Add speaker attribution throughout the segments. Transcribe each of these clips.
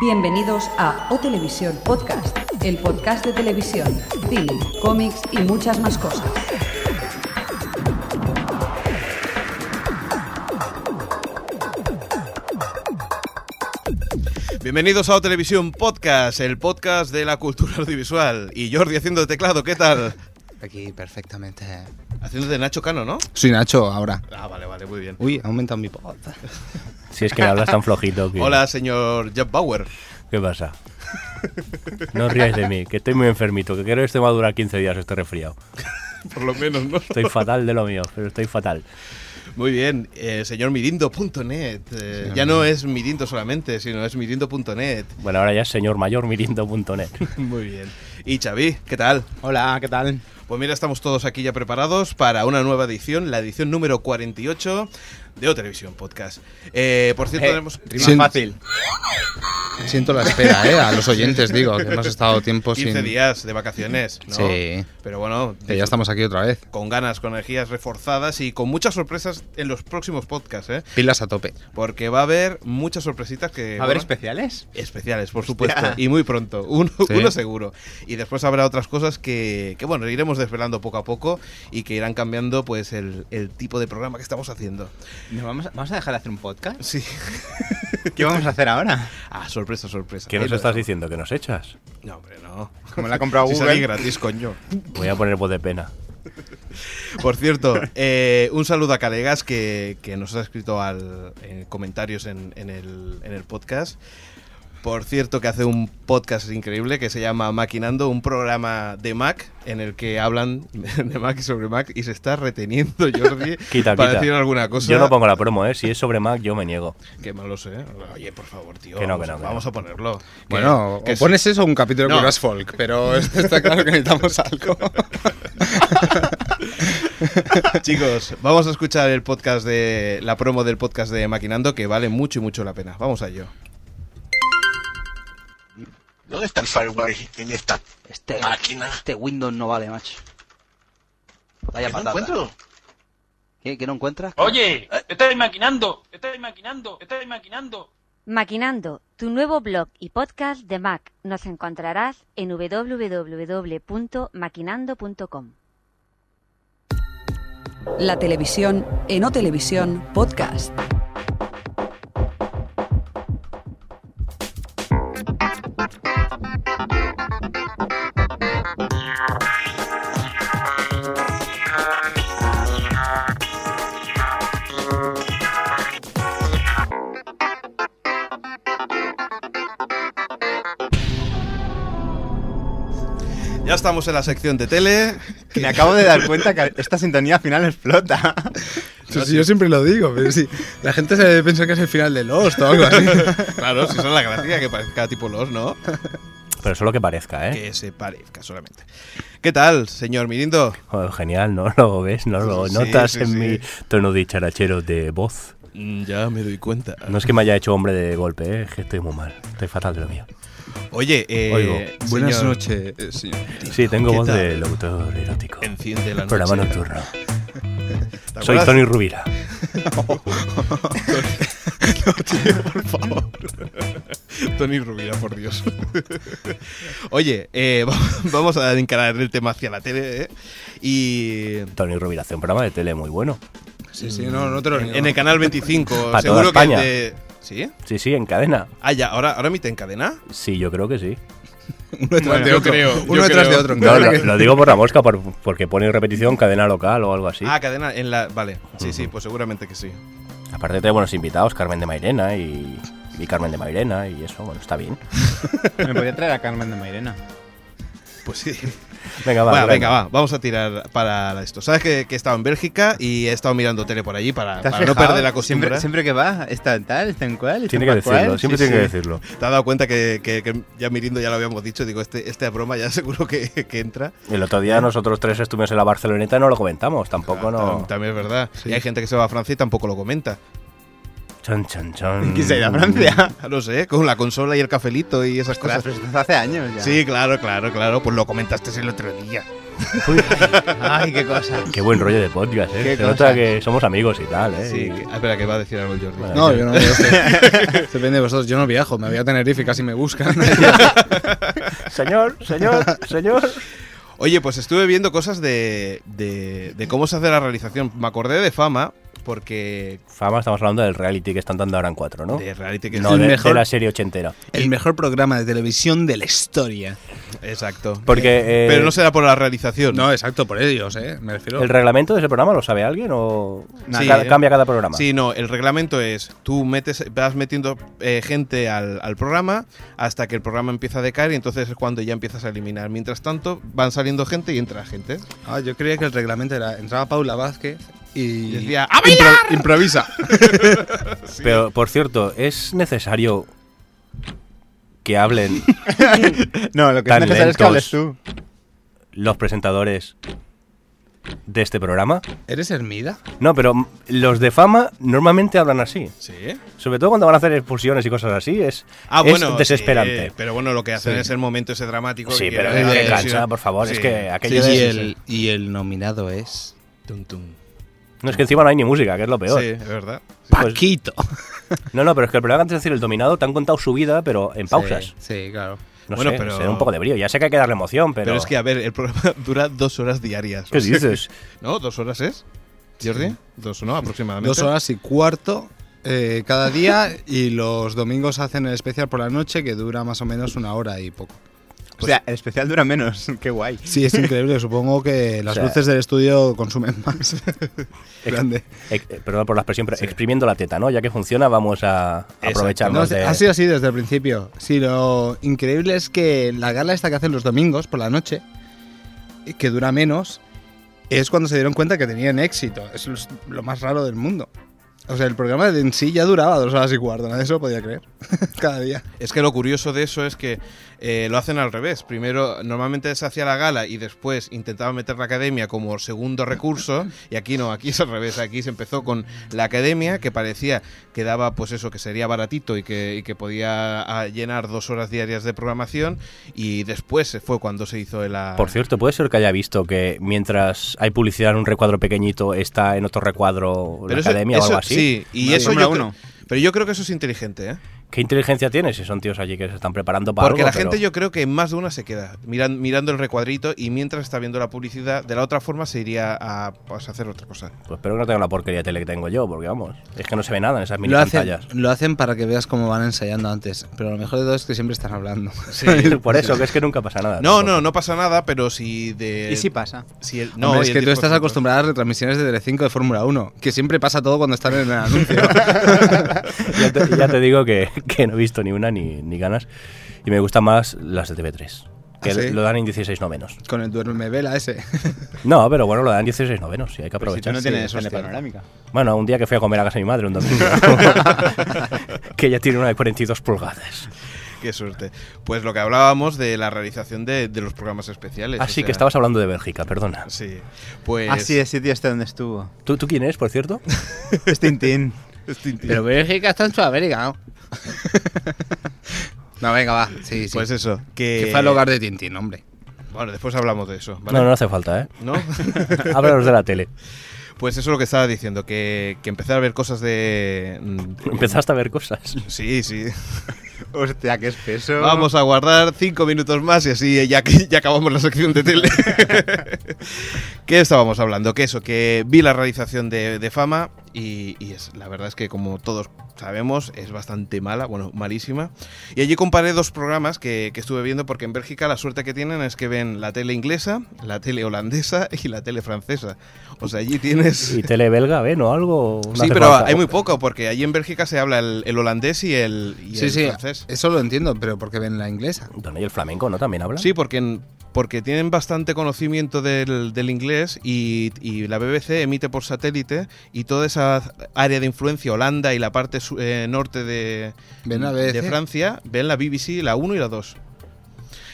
Speaker 1: Bienvenidos a O Televisión Podcast, el podcast de televisión, cine, cómics y muchas más cosas.
Speaker 2: Bienvenidos a O Televisión Podcast, el podcast de la cultura audiovisual. Y Jordi haciendo de teclado, ¿qué tal?
Speaker 3: Aquí perfectamente.
Speaker 2: Haciendo de Nacho Cano, ¿no?
Speaker 3: Soy Nacho ahora.
Speaker 2: Ah, vale, vale, muy bien.
Speaker 3: Uy, ha aumentado mi voz.
Speaker 4: Si es que me hablas tan flojito que...
Speaker 2: Hola, señor Jeff Bauer.
Speaker 4: ¿Qué pasa? No os ríais de mí, que estoy muy enfermito, que creo que esto me va a durar 15 días, estoy resfriado.
Speaker 2: Por lo menos, ¿no?
Speaker 4: Estoy fatal de lo mío, pero estoy fatal.
Speaker 2: Muy bien, eh, señor Mirindo.net. Eh, ya no es Mirindo solamente, sino es Mirindo.net.
Speaker 4: Bueno, ahora ya es señormayormirindo.net.
Speaker 2: Muy bien. Y Xavi, ¿qué tal?
Speaker 3: Hola, ¿qué tal?
Speaker 2: Pues mira, estamos todos aquí ya preparados para una nueva edición, la edición número 48 de O Televisión Podcast. Eh, por cierto, tenemos...
Speaker 3: Sin- Siento la espera, ¿eh? A los oyentes, digo, que hemos estado tiempo
Speaker 2: 15
Speaker 3: sin.
Speaker 2: días de vacaciones, ¿no?
Speaker 3: Sí.
Speaker 2: Pero bueno,
Speaker 3: Que ya estamos aquí otra vez.
Speaker 2: con ganas, con energías reforzadas y con muchas sorpresas en los próximos podcasts, ¿eh?
Speaker 3: Pilas a tope.
Speaker 2: Porque va a haber muchas sorpresitas que...
Speaker 5: A ver,
Speaker 2: bueno,
Speaker 5: especiales.
Speaker 2: especiales, por supuesto,
Speaker 5: Hostia.
Speaker 2: y muy pronto, uno,
Speaker 3: Sí.
Speaker 2: uno seguro. Y después habrá otras cosas que, que, bueno, iremos desvelando poco a poco y que irán cambiando, pues, el, el tipo de programa que estamos haciendo.
Speaker 5: ¿Nos vamos, a- vamos a dejar de hacer un podcast?
Speaker 2: Sí.
Speaker 5: ¿Qué vamos a hacer ahora?
Speaker 2: Ah, sorpresa, sorpresa.
Speaker 4: ¿Qué
Speaker 2: Ahí
Speaker 4: nos
Speaker 2: lo
Speaker 4: estás
Speaker 2: dejo.
Speaker 4: diciendo? ¿Que nos echas?
Speaker 2: No, hombre, no.
Speaker 5: Como la ha comprado
Speaker 2: Si
Speaker 5: Google.
Speaker 2: salí gratis, coño.
Speaker 4: Voy a poner voz de pena.
Speaker 2: Por cierto, eh, un saludo a Calegas que, que nos ha escrito al, en comentarios en, en el, en el podcast. Por cierto, que hace un podcast increíble que se llama Maquinando, un programa de Mac en el que hablan de Mac y sobre Mac y se está reteniendo Jordi
Speaker 4: Quita,
Speaker 2: para
Speaker 4: quita.
Speaker 2: decir alguna cosa.
Speaker 4: Yo no pongo la promo, ¿eh? Si es sobre Mac, yo me niego.
Speaker 2: Qué malo sé. ¿eh? Oye, por favor, tío.
Speaker 4: Que no,
Speaker 2: vamos,
Speaker 4: que no,
Speaker 2: a-
Speaker 4: que no.
Speaker 2: vamos a ponerlo. Que-
Speaker 3: Bueno,
Speaker 2: que
Speaker 3: o
Speaker 2: sí.
Speaker 3: pones eso o un capítulo
Speaker 2: No.
Speaker 3: de Curas Folk, pero esto está claro que necesitamos algo.
Speaker 2: Chicos, vamos a escuchar el podcast de la promo del podcast de Maquinando que vale mucho y mucho la pena. Vamos a ello.
Speaker 6: ¿Dónde está el firewire en esta
Speaker 7: Este,
Speaker 6: máquina?
Speaker 7: este Windows no vale, macho. Vaya
Speaker 6: ¿Que no
Speaker 7: patata.
Speaker 6: encuentro?
Speaker 7: ¿Qué, qué no encuentras?
Speaker 8: Oye, estáis maquinando, estáis maquinando, estáis maquinando.
Speaker 9: Maquinando, tu nuevo blog y podcast de Mac. Nos encontrarás en www.maquinando.com.
Speaker 1: La televisión en O Televisión Podcast.
Speaker 2: Ya estamos en la sección de tele.
Speaker 5: Me acabo de dar cuenta que esta sintonía al final explota.
Speaker 3: yo siempre lo digo, pero sí. La gente se piensa que es el final de Lost o algo así.
Speaker 2: Claro, si son la gracia que parezca tipo los, ¿no?
Speaker 4: Pero solo que parezca, ¿eh?
Speaker 2: Que se parezca solamente. ¿Qué tal, señor Mirindo?
Speaker 4: Joder, genial, ¿no? ¿Lo ves? ¿No lo
Speaker 2: Sí,
Speaker 4: notas
Speaker 2: sí,
Speaker 4: en
Speaker 2: sí.
Speaker 4: mi tono dicharachero de voz?
Speaker 2: Ya me doy cuenta.
Speaker 4: No es que me haya hecho hombre de golpe, ¿eh? Es que estoy muy mal. Estoy fatal de lo mío.
Speaker 2: Oye, eh,
Speaker 4: Oigo.
Speaker 3: Buenas
Speaker 2: señor,
Speaker 3: noches, eh, señor.
Speaker 4: Sí, tengo
Speaker 2: ¿Qué
Speaker 4: voz
Speaker 2: tal?
Speaker 4: de locutor erótico.
Speaker 2: Enciende la noche.
Speaker 4: Programa nocturno.
Speaker 2: ¿Te
Speaker 4: Soy
Speaker 2: acuerdas?
Speaker 4: Tony Rubira.
Speaker 2: Tony Rubira, por Dios. Oye, eh, va- vamos a encarar el tema hacia la tele. ¿eh? Y
Speaker 4: Tony Rubira hace un programa de tele muy bueno.
Speaker 3: Sí, sí, no, no te lo
Speaker 2: en,
Speaker 3: niego.
Speaker 2: en el canal 25,
Speaker 4: Para toda
Speaker 2: seguro que el
Speaker 4: España.
Speaker 2: de- ¿Sí?
Speaker 4: Sí, sí, en cadena.
Speaker 2: Ah, ya, ahora, ahora emite en cadena.
Speaker 4: Sí, yo creo que sí.
Speaker 3: Uno detrás
Speaker 2: Bueno,
Speaker 3: de
Speaker 2: yo
Speaker 3: otro.
Speaker 2: creo,
Speaker 3: Uno
Speaker 2: yo
Speaker 3: detrás
Speaker 2: creo.
Speaker 3: de otro.
Speaker 4: No, lo, lo digo por la mosca, por- porque pone en repetición cadena local o algo así.
Speaker 2: Ah, cadena en la. Vale, sí, sí, pues seguramente que sí.
Speaker 4: Aparte trae buenos invitados, Carmen de Mairena y, y Carmen de Mairena y eso, bueno, está bien.
Speaker 5: Me podía traer a Carmen de Mairena.
Speaker 2: Pues sí.
Speaker 4: Ah, Venga, va,
Speaker 2: Bueno,
Speaker 4: Lorena.
Speaker 2: venga, va, vamos a tirar para esto. Sabes que, que he estado en Bélgica y he estado mirando tele por allí para,
Speaker 5: ¿Te has
Speaker 2: para no
Speaker 5: fijado?
Speaker 2: perder la costumbre.
Speaker 5: Siempre, siempre que va, está en tal, está en cual. está
Speaker 4: Tiene
Speaker 5: en
Speaker 4: que
Speaker 5: cual.
Speaker 2: ¿eh?
Speaker 4: decirlo, siempre
Speaker 5: Sí,
Speaker 4: tiene que
Speaker 5: sí.
Speaker 4: decirlo.
Speaker 2: Te has dado cuenta que, que- que ya mirindo ya lo habíamos dicho. Digo, este, esta broma ya seguro que, que entra.
Speaker 4: El otro día nosotros tres estuvimos en la Barceloneta y no lo comentamos, tampoco no...
Speaker 2: Tam- También es verdad. Y hay gente que se va a Francia y tampoco lo comenta.
Speaker 4: Chan, chan, chan.
Speaker 5: Quise ir a Francia.
Speaker 2: Ah, No sé, con la consola y el cafelito y esas
Speaker 5: Ostras,
Speaker 2: cosas.
Speaker 5: pero esto es hace años ya.
Speaker 2: Sí, claro, claro, claro. Pues lo comentaste el otro día.
Speaker 4: Uy,
Speaker 3: Ay, qué cosa.
Speaker 4: qué buen rollo de podcast, ¿eh?
Speaker 3: Qué
Speaker 4: Se
Speaker 3: cosa.
Speaker 4: nota que somos amigos y tal, ¿eh?
Speaker 2: Sí, que- ah, espera, que va a decir algo el Jordi.
Speaker 4: Vale.
Speaker 3: No, yo no viajo. Depende de vosotros. Yo no viajo. Me voy a Tenerife y casi me buscan. Yo
Speaker 4: Señor, señor, señor.
Speaker 2: Oye, pues estuve viendo cosas de, de, de cómo se hace la realización. Me acordé de Fama, porque
Speaker 4: Fama, estamos hablando del reality que están dando ahora en cuatro, ¿no?
Speaker 2: de reality que
Speaker 4: no,
Speaker 3: el
Speaker 4: de, de
Speaker 3: mejor.
Speaker 4: la serie ochentera.
Speaker 3: El mejor programa de televisión de la historia.
Speaker 2: Exacto.
Speaker 4: Porque. eh,
Speaker 2: Pero no será por la realización.
Speaker 3: No, exacto, por ellos, ¿eh? Me refiero.
Speaker 4: ¿El reglamento de ese programa lo sabe alguien o
Speaker 2: Nadie. ¿eh?
Speaker 4: ca- cambia cada programa?
Speaker 2: Sí, no, el reglamento es, tú metes, vas metiendo eh, gente al, al programa hasta que el programa empieza a decaer y entonces es cuando ya empiezas a eliminar. Mientras tanto, van saliendo gente y entra gente.
Speaker 3: Ah, yo creía que el reglamento era. Entraba Paula Vázquez y.
Speaker 2: Decía, ¡a
Speaker 3: bailar! improvisa.
Speaker 4: Pero, por cierto, ¿es necesario que hablen
Speaker 5: No, lo que
Speaker 4: Tan
Speaker 5: es necesario es que hables tú.
Speaker 4: los presentadores de este programa?
Speaker 3: ¿Eres Hermida?
Speaker 4: No, pero mm, los de fama normalmente hablan así.
Speaker 2: Sí.
Speaker 4: Sobre todo cuando van a hacer expulsiones y cosas así. Es,
Speaker 2: Ah,
Speaker 4: es
Speaker 2: bueno,
Speaker 4: desesperante.
Speaker 2: sí, pero bueno, lo que hacen es el momento ese dramático.
Speaker 4: Sí,
Speaker 2: que
Speaker 4: pero
Speaker 2: quieren
Speaker 4: es que
Speaker 2: hacer,
Speaker 4: cansa,
Speaker 2: sino-
Speaker 4: por favor, es que aquello
Speaker 2: Sí,
Speaker 4: de-
Speaker 2: sí,
Speaker 3: y el nominado es.
Speaker 2: Tum, tum.
Speaker 4: No es que encima no hay ni música, que es lo peor.
Speaker 2: Sí, es verdad.
Speaker 4: Pues-
Speaker 3: Paquito.
Speaker 4: No, no, pero es que el programa antes de decir el dominado te han contado su vida, pero en pausas.
Speaker 3: Sí, sí, claro.
Speaker 4: No
Speaker 2: Bueno,
Speaker 4: sé,
Speaker 2: pero-
Speaker 4: se da un poco de brío. Ya sé que hay que darle emoción, pero...
Speaker 2: Pero... es que, a ver, el programa dura dos horas diarias.
Speaker 4: ¿Qué dices?
Speaker 2: ¿No? ¿Dos horas es? Jordi, dos, ¿no? Aproximadamente.
Speaker 3: Dos horas y cuarto eh, cada día y los domingos hacen el especial por la noche que dura más o menos una hora y poco.
Speaker 5: O sea, el especial dura menos. Qué guay.
Speaker 3: Sí, es increíble. Supongo que las
Speaker 4: O sea-
Speaker 3: luces del estudio consumen más.
Speaker 4: Ex-
Speaker 3: Grande.
Speaker 4: ex- eh, perdón por la expresión, pero exprimiendo la teta, ¿no? Ya que funciona, vamos a
Speaker 3: No,
Speaker 4: aprovecharnos de...
Speaker 3: Ha sido así desde el principio. Sí, lo increíble es que la gala esta que hacen los domingos por la noche, y que dura menos, es cuando se dieron cuenta que tenían éxito. Es lo- lo más raro del mundo. O sea, el programa en sí ya duraba dos horas y cuarto, nadie se lo podía creer. Cada día.
Speaker 2: Es que lo curioso de eso es que eh, lo hacen al revés. Primero, normalmente se hacía la gala y después intentaban meter la academia como segundo recurso. Y aquí no, aquí es al revés. Aquí se empezó con la academia, que parecía que daba, pues eso, que sería baratito y que, y que podía ah, llenar dos horas diarias de programación. Y después se fue cuando se hizo la.
Speaker 4: Por cierto, puede ser que haya visto que mientras hay publicidad en un recuadro pequeñito, está en otro recuadro la
Speaker 2: Pero eso-
Speaker 4: academia
Speaker 2: eso-
Speaker 4: o algo así.
Speaker 2: Sí, y
Speaker 5: Vale.
Speaker 2: eso
Speaker 5: Fórmula
Speaker 2: yo. cre-
Speaker 5: uno.
Speaker 2: Pero yo creo que eso es inteligente, ¿eh?
Speaker 4: ¿Qué inteligencia tiene si son tíos allí que se están preparando para
Speaker 2: Porque
Speaker 4: algo,
Speaker 2: la gente
Speaker 4: pero-
Speaker 2: yo creo que en más de una se queda miran- mirando el recuadrito y mientras está viendo la publicidad, de la otra forma se iría a pues, a hacer otra cosa.
Speaker 4: Pues espero que no tenga la porquería de tele que tengo yo, porque vamos, es que no se ve nada en esas mini
Speaker 3: Lo hacen,
Speaker 4: pantallas.
Speaker 3: lo hacen para que veas cómo van ensayando antes, pero lo mejor de todo es que siempre están hablando.
Speaker 4: Por eso, que es que nunca pasa nada.
Speaker 2: No,
Speaker 4: tampoco.
Speaker 2: no, no pasa nada, pero si de...
Speaker 5: ¿Y si pasa?
Speaker 2: si el-
Speaker 3: No,
Speaker 2: no, y
Speaker 3: es
Speaker 2: el
Speaker 3: que tú estás
Speaker 2: 10%.
Speaker 3: acostumbrada a retransmisiones de Telecinco de Fórmula 1, que siempre pasa todo cuando están en el anuncio.
Speaker 4: ya, te, ya te digo que, que no he visto ni una ni, ni ganas. Y me gustan más las de TV3. Que
Speaker 3: ¿Ah, sí?
Speaker 4: lo dan en 16 novenos.
Speaker 3: Con el duerme vela ese.
Speaker 4: No, pero bueno, lo dan en 16 novenos y hay que aprovechar.
Speaker 5: no
Speaker 4: Sí.
Speaker 5: tienes tele panorámica.
Speaker 4: Bueno, un día que fui a comer a casa de mi madre, un domingo. que ella tiene una de 42 pulgadas.
Speaker 2: Qué suerte. Pues lo que hablábamos de la realización de, de los programas especiales.
Speaker 3: Ah,
Speaker 4: Así
Speaker 2: o
Speaker 4: que
Speaker 2: sea,
Speaker 4: estabas hablando de Bélgica, perdona.
Speaker 2: Sí. Pues...
Speaker 5: Así es, sitio este donde estuvo.
Speaker 4: ¿Tú, tú quién eres, por cierto?
Speaker 5: Es Tintín.
Speaker 3: Pero Bélgica está en Sudamérica, ¿no? no, venga, va. Sí, sí.
Speaker 2: Pues eso, que...
Speaker 3: que fue al hogar de Tintín, hombre.
Speaker 2: Bueno, después hablamos de eso,
Speaker 4: No, no
Speaker 2: ¿vale?
Speaker 4: hace falta, ¿eh?
Speaker 2: No,
Speaker 4: Háblanos de la tele.
Speaker 2: Pues eso es lo que estaba diciendo, que, que empezar a ver cosas de... mm,
Speaker 4: Empezaste a ver cosas.
Speaker 2: Sí, sí.
Speaker 5: Hostia, qué espeso.
Speaker 2: Vamos a guardar cinco minutos más y así ya, ya acabamos la sección de tele. ¿Qué estábamos hablando? Que eso, que vi la realización de, de Fama y, y es, la verdad es que como todos sabemos es bastante mala, bueno, malísima. Y allí comparé dos programas que, que estuve viendo porque en Bélgica la suerte que tienen es que ven la tele inglesa, la tele holandesa y la tele francesa. O sea, allí tienes...
Speaker 4: ¿Y tele belga, ven o algo? No
Speaker 2: Sí,
Speaker 4: hace
Speaker 2: pero
Speaker 4: falta.
Speaker 2: hay muy poco porque allí en Bélgica se habla el, el holandés y el, y
Speaker 3: sí,
Speaker 2: el
Speaker 3: sí.
Speaker 2: francés.
Speaker 3: Eso lo entiendo, pero porque ven la inglesa.
Speaker 4: Bueno, ¿Y el flamenco, no? ¿También habla?
Speaker 2: Sí, pues porque, en- porque tienen bastante conocimiento del, del inglés y, y la BBC emite por satélite y toda esa área de influencia, Holanda y la parte su- eh, norte de,
Speaker 3: Ven la
Speaker 2: de
Speaker 3: BBC.
Speaker 2: Francia, ven la BBC, la 1 y la 2.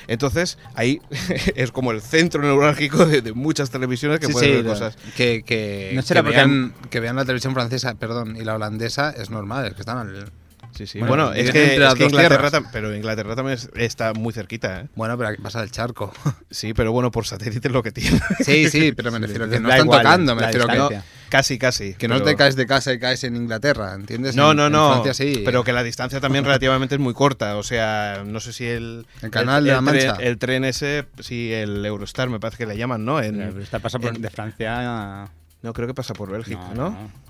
Speaker 2: Entonces, ahí es como el centro neurálgico de, de muchas televisiones que
Speaker 3: Sí,
Speaker 2: pueden
Speaker 3: sí,
Speaker 2: ver
Speaker 3: la-
Speaker 2: cosas.
Speaker 3: Que, que,
Speaker 5: No será
Speaker 3: que
Speaker 5: porque-
Speaker 3: vean, que vean la televisión francesa, perdón, y la holandesa es normal, es que están al-
Speaker 2: Sí, sí.
Speaker 3: Bueno,
Speaker 2: Bueno, es
Speaker 3: entre
Speaker 2: que,
Speaker 3: las
Speaker 2: es que
Speaker 3: dos
Speaker 2: Inglaterra,
Speaker 3: tierras.
Speaker 2: tam- pero Inglaterra también es- está muy cerquita. ¿eh?
Speaker 3: Bueno, pero vas al charco.
Speaker 2: Sí, pero bueno, por satélite es lo que tiene.
Speaker 3: Sí, sí, pero me refiero que no
Speaker 5: Da
Speaker 3: están
Speaker 5: igual,
Speaker 3: tocando, me
Speaker 5: la
Speaker 3: refiero que no,
Speaker 2: No, casi, casi.
Speaker 3: que no
Speaker 2: pero-
Speaker 3: te caes de casa y caes en Inglaterra, ¿entiendes?
Speaker 2: No,
Speaker 3: En-
Speaker 2: no,
Speaker 3: en
Speaker 2: no.
Speaker 3: Francia sí. ¿eh?
Speaker 2: Pero que la distancia también relativamente es muy corta. O sea, no sé si el.
Speaker 3: El canal de la
Speaker 2: tren-
Speaker 3: Mancha.
Speaker 2: el tren ese, sí, el Eurostar, me parece que le llaman, ¿no? En-
Speaker 5: Está pasa por, de Francia a...
Speaker 2: no, creo que pasa por Bélgica, ¿no?
Speaker 5: no, no.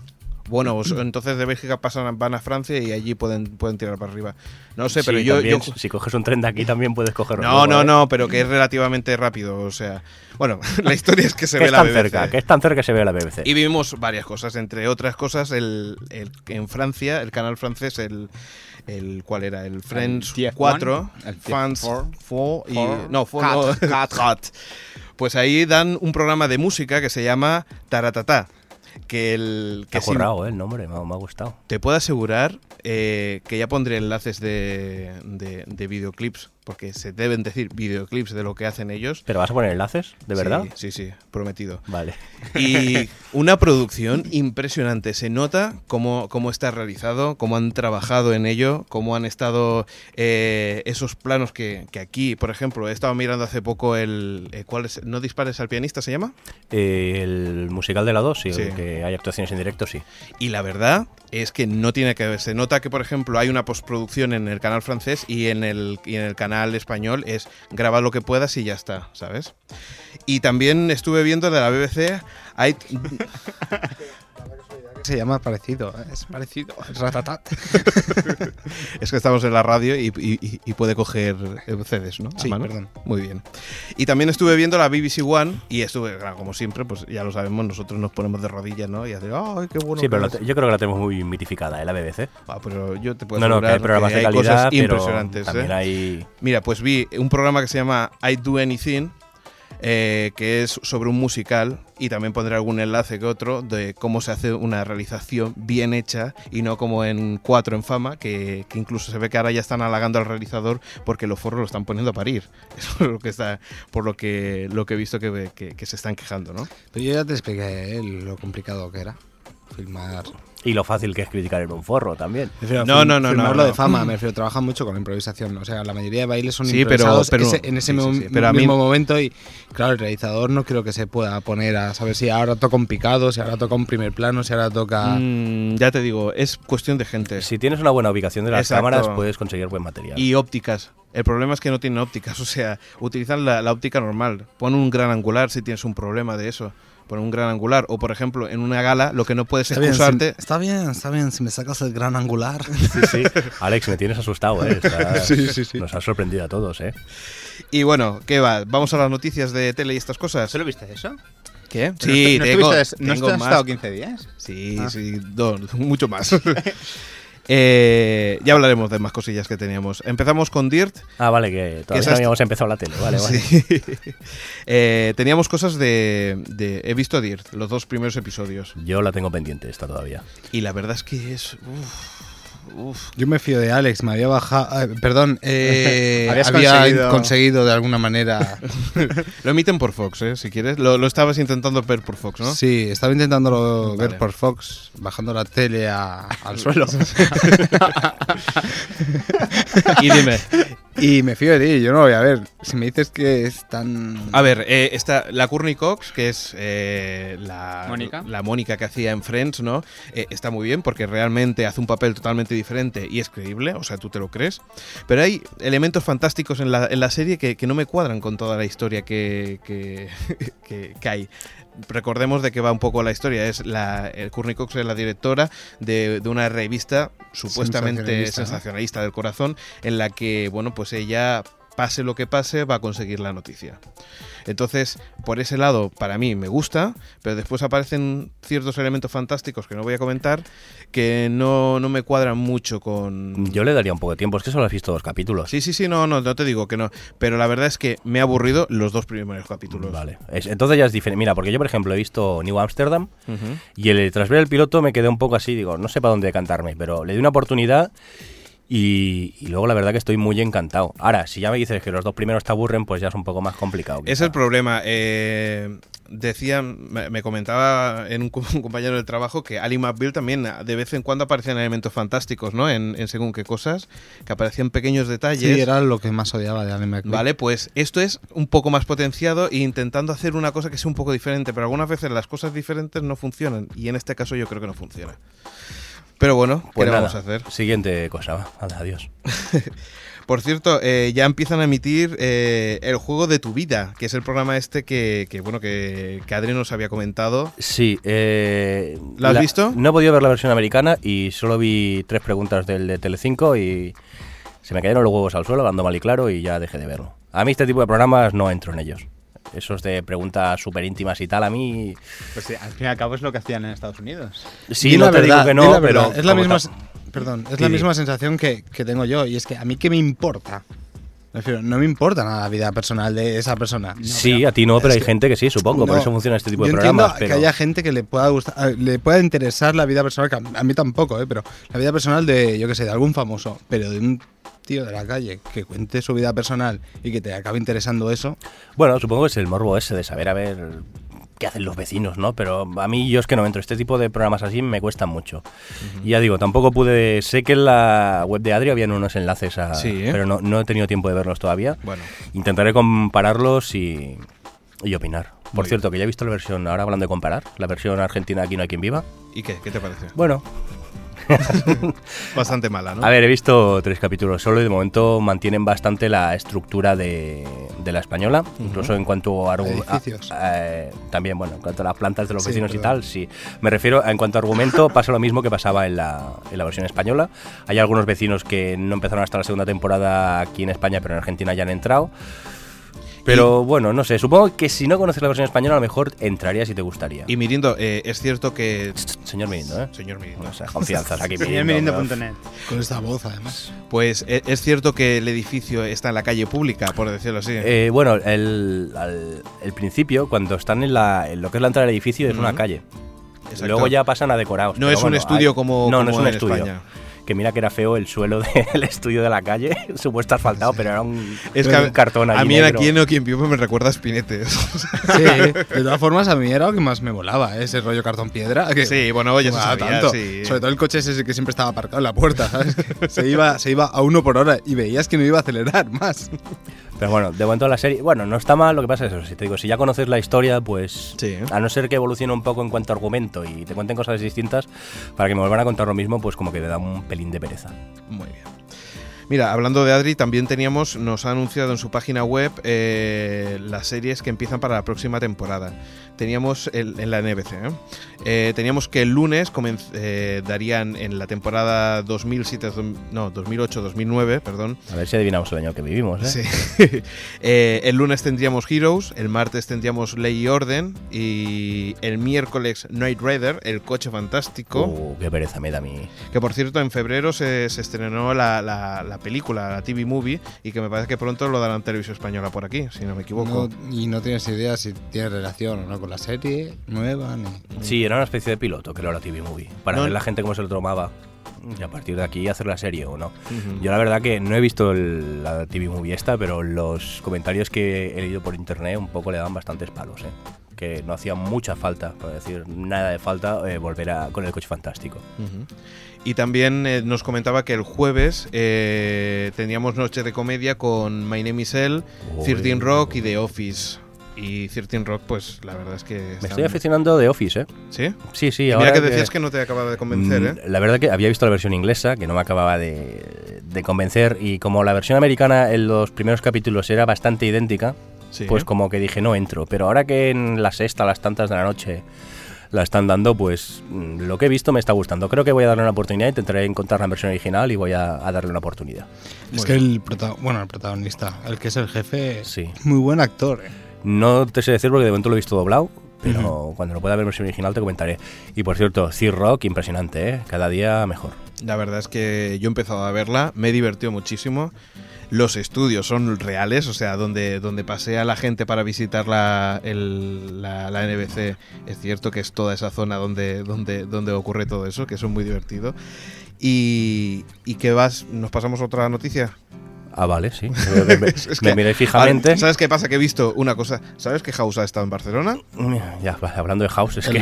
Speaker 2: Bueno, os- entonces de Bélgica pasan, van a Francia y allí pueden, pueden tirar para arriba. No sé, pero
Speaker 4: Sí,
Speaker 2: yo.
Speaker 4: también,
Speaker 2: yo-
Speaker 4: Si coges un tren de aquí también puedes cogerlo.
Speaker 2: no, no,
Speaker 4: ¿eh?
Speaker 2: no, pero que es relativamente rápido. O sea, bueno, la historia es que se
Speaker 4: Que
Speaker 2: ve
Speaker 4: es
Speaker 2: la
Speaker 4: tan
Speaker 2: BBC.
Speaker 4: cerca, que es tan cerca que se ve la BBC.
Speaker 2: Y vimos varias cosas, entre otras cosas, el, el- en Francia, el canal francés, el, el ¿cuál era? El Friends
Speaker 5: TF1,
Speaker 2: 4,
Speaker 5: el
Speaker 2: France
Speaker 5: TF4,
Speaker 2: 4 y
Speaker 5: four,
Speaker 2: no, four, no, cat. Pues ahí dan un programa de música que se llama Taratatá, que el
Speaker 4: Te
Speaker 2: que
Speaker 4: ha
Speaker 2: si-
Speaker 4: currado, ¿eh? el nombre, me ha, me ha gustado.
Speaker 2: te puedo asegurar eh, que ya pondré enlaces de, de- de videoclips, porque se deben decir videoclips de lo que hacen ellos.
Speaker 4: ¿Pero vas a poner enlaces? ¿De verdad?
Speaker 2: Sí, sí, sí, prometido.
Speaker 4: Vale.
Speaker 2: Y una producción impresionante. Se nota cómo, cómo está realizado, cómo han trabajado en ello, cómo han estado eh, esos planos que, que aquí, por ejemplo, he estado mirando hace poco el... eh, ¿cuál es? ¿No dispares al pianista se llama?
Speaker 4: Eh, el musical de la 2, sí,
Speaker 2: Sí.
Speaker 4: el que hay actuaciones en directo, sí.
Speaker 2: Y la verdad es que no tiene que ver. Se nota que, por ejemplo, hay una postproducción en el canal francés y en el, y en el canal español es graba lo que puedas y ya está, ¿sabes? Y también estuve viendo de la BBC... Hay,
Speaker 3: se llama parecido, ¿eh? es parecido. Ratatat.
Speaker 2: Es que estamos en la radio y, y- y- y puede coger eh, CDs, ¿no? A
Speaker 3: Sí,
Speaker 2: mano.
Speaker 3: perdón.
Speaker 2: Muy bien. Y también estuve viendo la BBC One y estuve, claro, como siempre, pues ya lo sabemos, nosotros nos ponemos de rodillas, Pues ¿no? Y hacer, ¡ay, qué bueno!
Speaker 4: sí,
Speaker 2: que
Speaker 4: pero la
Speaker 2: es".
Speaker 4: te- yo creo que la tenemos muy mitificada, ¿eh? la BBC.
Speaker 2: Ah, pero yo te puedo
Speaker 4: No, no, que hay
Speaker 2: asegurar
Speaker 4: programas
Speaker 2: que
Speaker 4: de
Speaker 2: hay
Speaker 4: calidad,
Speaker 2: cosas
Speaker 4: pero
Speaker 2: impresionantes.
Speaker 4: también
Speaker 2: ¿eh?
Speaker 4: hay...
Speaker 2: Mira, pues vi un programa que se llama I Do Anything, eh, que es sobre un musical y también pondré algún enlace que otro de cómo se hace una realización bien hecha y no como en Cuatro en Fama, que, que incluso se ve que ahora ya están halagando al realizador porque los forros lo están poniendo a parir. Eso es lo que está, por lo que, lo que he visto que, que- que se están quejando, ¿no?
Speaker 3: Pero yo ya te expliqué ¿eh? lo complicado que era filmar.
Speaker 4: Y lo fácil que es criticar en un forro también.
Speaker 2: No,
Speaker 3: Fil-
Speaker 2: no, no, no,
Speaker 3: Filmarlo
Speaker 2: no.
Speaker 3: de fama, me refiero, trabaja mucho con la improvisación. O sea, la mayoría de bailes son
Speaker 2: Sí, pero-
Speaker 3: improvisados
Speaker 2: pero-
Speaker 3: ese- en ese
Speaker 2: sí, sí,
Speaker 3: mom-
Speaker 2: sí, pero a mí-
Speaker 3: mismo momento. Y claro, el realizador no creo que se pueda poner a saber si ahora toca un picado, si ahora toca un primer plano, si ahora toca.
Speaker 2: Mm, ya te digo, es cuestión de gente
Speaker 4: Si tienes una buena ubicación de las
Speaker 2: Exacto.
Speaker 4: cámaras, puedes conseguir buen material.
Speaker 2: y ópticas. El problema es que no tienen ópticas, o sea, utilizan la, la óptica normal. Pon un gran angular si tienes un problema de eso. Pon un gran angular. O, por ejemplo, en una gala, lo que no puedes
Speaker 3: Está bien,
Speaker 2: excusarte.
Speaker 3: si- está bien, está bien, si me sacas el gran angular.
Speaker 4: Sí, sí. Alex, me tienes asustado, ¿eh? Estás- Nos has sorprendido a todos, ¿eh?
Speaker 2: Y bueno, ¿qué va? Vamos a las noticias de tele y estas cosas.
Speaker 5: ¿Solo viste eso?
Speaker 2: ¿Qué?
Speaker 5: ¿No
Speaker 2: Sí,
Speaker 5: estu-
Speaker 2: tengo,
Speaker 5: ¿No, estuviste- no
Speaker 2: tengo
Speaker 5: has
Speaker 2: más.
Speaker 5: estado Ah. 15 días?
Speaker 2: Sí, sí, no, mucho más. Eh, ya hablaremos de más cosillas que teníamos. Empezamos con Dirt.
Speaker 4: Ah, vale, que todavía
Speaker 2: Esas-
Speaker 4: no habíamos empezado la tele. Vale, vale.
Speaker 2: Sí. Eh, teníamos cosas de, de- He visto Dirt, los dos primeros episodios.
Speaker 4: Yo la tengo pendiente esta todavía.
Speaker 2: Y la verdad es que es. uf, uf.
Speaker 3: Yo me fío de Alex, me había bajado. eh, perdón, eh,
Speaker 5: Habías
Speaker 3: había conseguido...
Speaker 5: conseguido-
Speaker 3: de alguna manera.
Speaker 2: Lo emiten por Fox, ¿eh? Si quieres. Lo, lo estabas intentando ver por Fox, ¿no?
Speaker 3: Sí, estaba intentándolo
Speaker 2: Vale.
Speaker 3: ver por Fox, bajando la tele a- al suelo.
Speaker 2: Y dime.
Speaker 3: y me fío de ti, yo no lo voy a ver. Si me dices que es tan.
Speaker 2: A ver, eh, está la Courtney Cox, que es eh, la,
Speaker 5: Mónica.
Speaker 2: la Mónica que hacía en Friends, ¿no? Eh, está muy bien porque realmente hace un papel totalmente diferente y es creíble, o sea, tú te lo crees. Pero hay elementos fantásticos en la, en la serie que, que no me cuadran con toda la historia que, que- que- que hay. Recordemos de qué va un poco la historia. Es la, el Courtney Cox es la directora de, de una revista supuestamente
Speaker 3: Sensacionalista, ¿no?
Speaker 2: sensacionalista del corazón, en la que, bueno, pues ella, pase lo que pase, va a conseguir la noticia. Entonces, por ese lado, para mí me gusta, pero después aparecen ciertos elementos fantásticos que no voy a comentar que no, no me cuadran mucho con.
Speaker 4: Yo le daría un poco de tiempo, es que solo has visto dos capítulos.
Speaker 2: Sí, sí, sí, no, no, no te digo que no. Pero la verdad es que me ha aburrido los dos primeros capítulos.
Speaker 4: Mm, Vale. Es- entonces ya es diferente. Mira, porque yo, por ejemplo, he visto New Amsterdam
Speaker 2: Ujú.
Speaker 4: y el, tras ver el piloto me quedé un poco así, digo, no sé para dónde decantarme, pero le di una oportunidad Y, y luego la verdad que estoy muy encantado. Ahora, si ya me dices que los dos primeros te aburren, pues ya es un poco más complicado.
Speaker 2: Es
Speaker 4: quizá.
Speaker 2: el problema. eh, decía, me me comentaba en un, co- un compañero de trabajo que Ali McBeal también de vez en cuando aparecían elementos fantásticos, ¿no? En, en según qué cosas, que aparecían pequeños detalles.
Speaker 3: Sí, era lo que más odiaba de Alan McBeal.
Speaker 2: Vale, pues esto es un poco más potenciado e intentando hacer una cosa que sea un poco diferente, pero algunas veces las cosas diferentes no funcionan y en este caso yo creo que no funciona. Pero bueno, ¿qué
Speaker 4: Pues
Speaker 2: le
Speaker 4: nada,
Speaker 2: vamos a hacer?
Speaker 4: Siguiente cosa, va. Anda, adiós.
Speaker 2: Por cierto, eh, ya empiezan a emitir eh, el juego de tu vida, que es el programa este que, que, bueno, que, que Adri nos había comentado.
Speaker 4: Sí. Eh,
Speaker 2: ¿La has visto?
Speaker 4: No he podido ver la versión americana y solo vi tres preguntas del de Telecinco y se me cayeron los huevos al suelo, dando mal y claro, y ya dejé de verlo. A mí este tipo de programas no entro en ellos. Esos de preguntas súper íntimas y tal, a mí...
Speaker 5: Pues sí, al fin y al cabo es lo que hacían en Estados Unidos.
Speaker 4: Sí,
Speaker 3: Di
Speaker 4: no
Speaker 3: la
Speaker 4: te
Speaker 3: verdad,
Speaker 4: digo que
Speaker 3: di
Speaker 4: no,
Speaker 3: la
Speaker 4: pero...
Speaker 3: verdad. Es la
Speaker 4: como
Speaker 3: misma,
Speaker 4: ta-
Speaker 3: sen- perdón, es
Speaker 4: Sí,
Speaker 3: la
Speaker 4: di.
Speaker 3: misma sensación que, que tengo yo. Y es que a mí qué me importa. Me refiero, no me importa nada la vida personal de esa persona.
Speaker 4: sí, a ti no, pero
Speaker 3: es
Speaker 4: hay
Speaker 3: que-
Speaker 4: gente que sí, supongo. por
Speaker 3: No,
Speaker 4: eso funciona este tipo
Speaker 3: yo
Speaker 4: de
Speaker 3: entiendo
Speaker 4: programas.
Speaker 3: que
Speaker 4: Pero...
Speaker 3: haya gente que le pueda gustar, a- le pueda interesar la vida personal, que a a mí tampoco, ¿eh? pero la vida personal de, yo qué sé, de algún famoso, pero de un tío de la calle que cuente su vida personal y que te acabe interesando eso.
Speaker 4: Bueno, supongo que es el morbo ese de saber a ver qué hacen los vecinos, ¿no? Pero a mí yo es que no entro. Este tipo de programas así me cuestan mucho. Y ya digo, tampoco pude... Sé que en la web de Adri habían unos enlaces a...
Speaker 2: Sí, ¿eh?
Speaker 4: Pero no, no he tenido tiempo de verlos todavía.
Speaker 2: Bueno,
Speaker 4: Intentaré compararlos y, y opinar. Por
Speaker 2: Muy
Speaker 4: cierto, que ya he visto la versión, ahora hablando de comparar, la versión argentina Aquí no hay quien viva.
Speaker 2: ¿y qué? ¿Qué te parece?
Speaker 4: Bueno,
Speaker 2: Bastante mala, ¿no?
Speaker 4: a ver, he visto tres capítulos solo y de momento mantienen bastante la estructura de, de la española, incluso en cuanto a, argu- a-
Speaker 3: Edificios.
Speaker 4: a- eh, también, bueno, en cuanto a las plantas de los
Speaker 3: Sí,
Speaker 4: vecinos y
Speaker 3: perdón.
Speaker 4: tal, sí. Me refiero, a- en cuanto a argumento, pasa lo mismo que pasaba en la, en la versión española. Hay algunos vecinos que no empezaron hasta la segunda temporada aquí en España, pero en Argentina ya han entrado. Pero bueno, no sé, supongo que si no conoces la versión española, a lo mejor entrarías y te gustaría.
Speaker 2: Y Mirindo, eh, es cierto que...
Speaker 4: Señor Mirindo, ¿eh?
Speaker 2: Señor Mirindo.
Speaker 4: No sé, confianzas aquí. ¿no?
Speaker 5: Bienvenido.net.
Speaker 3: Con esta voz, además.
Speaker 2: Pues eh, es cierto que el edificio está en la calle pública, por decirlo así.
Speaker 4: Eh, bueno, el, al- el principio, cuando están en, la, en lo que es la entrada del edificio, es una
Speaker 2: Ujú.
Speaker 4: calle.
Speaker 2: Exacto.
Speaker 4: Luego ya pasan a decorados.
Speaker 2: No es
Speaker 4: pero
Speaker 2: un
Speaker 4: bueno,
Speaker 2: estudio
Speaker 4: hay-
Speaker 2: como,
Speaker 4: No,
Speaker 2: como
Speaker 4: no es un
Speaker 2: en
Speaker 4: estudio.
Speaker 2: España.
Speaker 4: Que mira que era feo el suelo del estudio de la calle, supuesto asfaltado, pero era un,
Speaker 2: Es que
Speaker 4: un cartón
Speaker 2: a
Speaker 4: allí
Speaker 2: mí
Speaker 4: negro.
Speaker 2: aquí en quien vivo me recuerda a Spinete.
Speaker 3: Sí, de todas formas, a mí era lo que más me volaba, ¿eh? ese rollo cartón-piedra. que-
Speaker 2: Sí, bueno, ya se
Speaker 5: Ah,
Speaker 2: sabía,
Speaker 3: Bueno,
Speaker 2: sí.
Speaker 3: Sobre todo el coche es ese que siempre estaba aparcado en la puerta, ¿sabes? Que se, iba, se iba a uno por hora y veías que no iba a acelerar más.
Speaker 4: Pero bueno, de momento la serie. Bueno, no está mal, lo que pasa es eso. Si te digo, si ya conoces la historia, pues.
Speaker 2: Sí.
Speaker 4: A no ser que evolucione un poco en cuanto a argumento y te cuenten cosas distintas, para que me vuelvan a contar lo mismo, pues como que te da un pelín de pereza.
Speaker 2: Muy bien. Mira, hablando de Adri, también teníamos, nos ha anunciado en su página web eh, las series que empiezan para la próxima temporada. Teníamos el- en la NBC, ¿eh? Eh, teníamos que el lunes comenz- eh, darían en la temporada 2007, no, 2008-2009, perdón,
Speaker 4: A ver si adivinamos el año que vivimos, ¿eh?
Speaker 2: Sí. Eh, el lunes tendríamos Heroes, el martes tendríamos Ley y Orden y el miércoles Night Rider, el coche fantástico.
Speaker 4: Uh, qué pereza me da a mí.
Speaker 2: Que por cierto, en febrero se, se estrenó la, la- la película, la TV Movie, y que me parece que pronto lo darán Televisión Española por aquí, si no me equivoco.
Speaker 3: No- y no tienes idea si tiene relación o no con la serie nueva. Ni...
Speaker 4: Sí, era una especie de piloto, que era la TV Movie, para
Speaker 2: No.
Speaker 4: ver la gente cómo se lo tomaba. Y a partir de aquí hacer la serie o no.
Speaker 2: Ujú.
Speaker 4: Yo la verdad que no he visto el- la TV Movie esta, pero los comentarios que he leído por internet un poco le daban bastantes palos, ¿eh? Que no hacía mucha falta, por decir nada de falta, eh, volver a, con el coche fantástico.
Speaker 2: Ujú. Y también eh, nos comentaba que el jueves eh, teníamos noche de comedia con My Name is Elle,
Speaker 4: Uy.
Speaker 2: 13 Rock y The Office. Y 13 Rock, pues la verdad es que.
Speaker 4: Me
Speaker 2: están-
Speaker 4: estoy aficionando de Office, ¿eh?
Speaker 2: ¿Sí?
Speaker 4: Sí, sí,
Speaker 2: Y
Speaker 4: ahora.
Speaker 2: Mira que decías que no te acababa de convencer,
Speaker 4: Mm,
Speaker 2: ¿eh?
Speaker 4: La verdad que había visto la versión inglesa, que no me acababa de, de convencer, y como la versión americana en los primeros capítulos era bastante idéntica,
Speaker 2: Sí.
Speaker 4: pues como que dije no entro. Pero ahora que en la sexta, las tantas de la noche la están dando, pues mm, lo que he visto me está gustando. Creo que voy a darle una oportunidad, intentaré encontrar la versión original y voy a, a darle una oportunidad.
Speaker 3: Es que el, prota- bueno, el protagonista, el que es el jefe,
Speaker 4: Sí.
Speaker 3: muy buen actor. ¿eh?
Speaker 4: No te sé decir porque de momento lo he visto doblado, pero cuando lo pueda ver en versión original te comentaré. Y por cierto, C-Rock, impresionante, ¿eh? cada día mejor.
Speaker 2: La verdad es que yo he empezado a verla, me he divertido muchísimo. Los estudios son reales, o sea, donde, donde pasea la gente para visitar la, el- la, la NBC, es cierto que es toda esa zona donde, donde, donde ocurre todo eso, que eso es muy divertido. Y, y que vas, nos pasamos otra noticia.
Speaker 4: Ah, vale, sí. Me, me-
Speaker 2: Es
Speaker 4: me
Speaker 2: que-
Speaker 4: miré fijamente.
Speaker 2: Ah, ¿Sabes qué pasa? Que he visto una cosa. ¿Sabes que House ha estado en Barcelona?
Speaker 4: Mm, Ya, va, hablando de House, es que.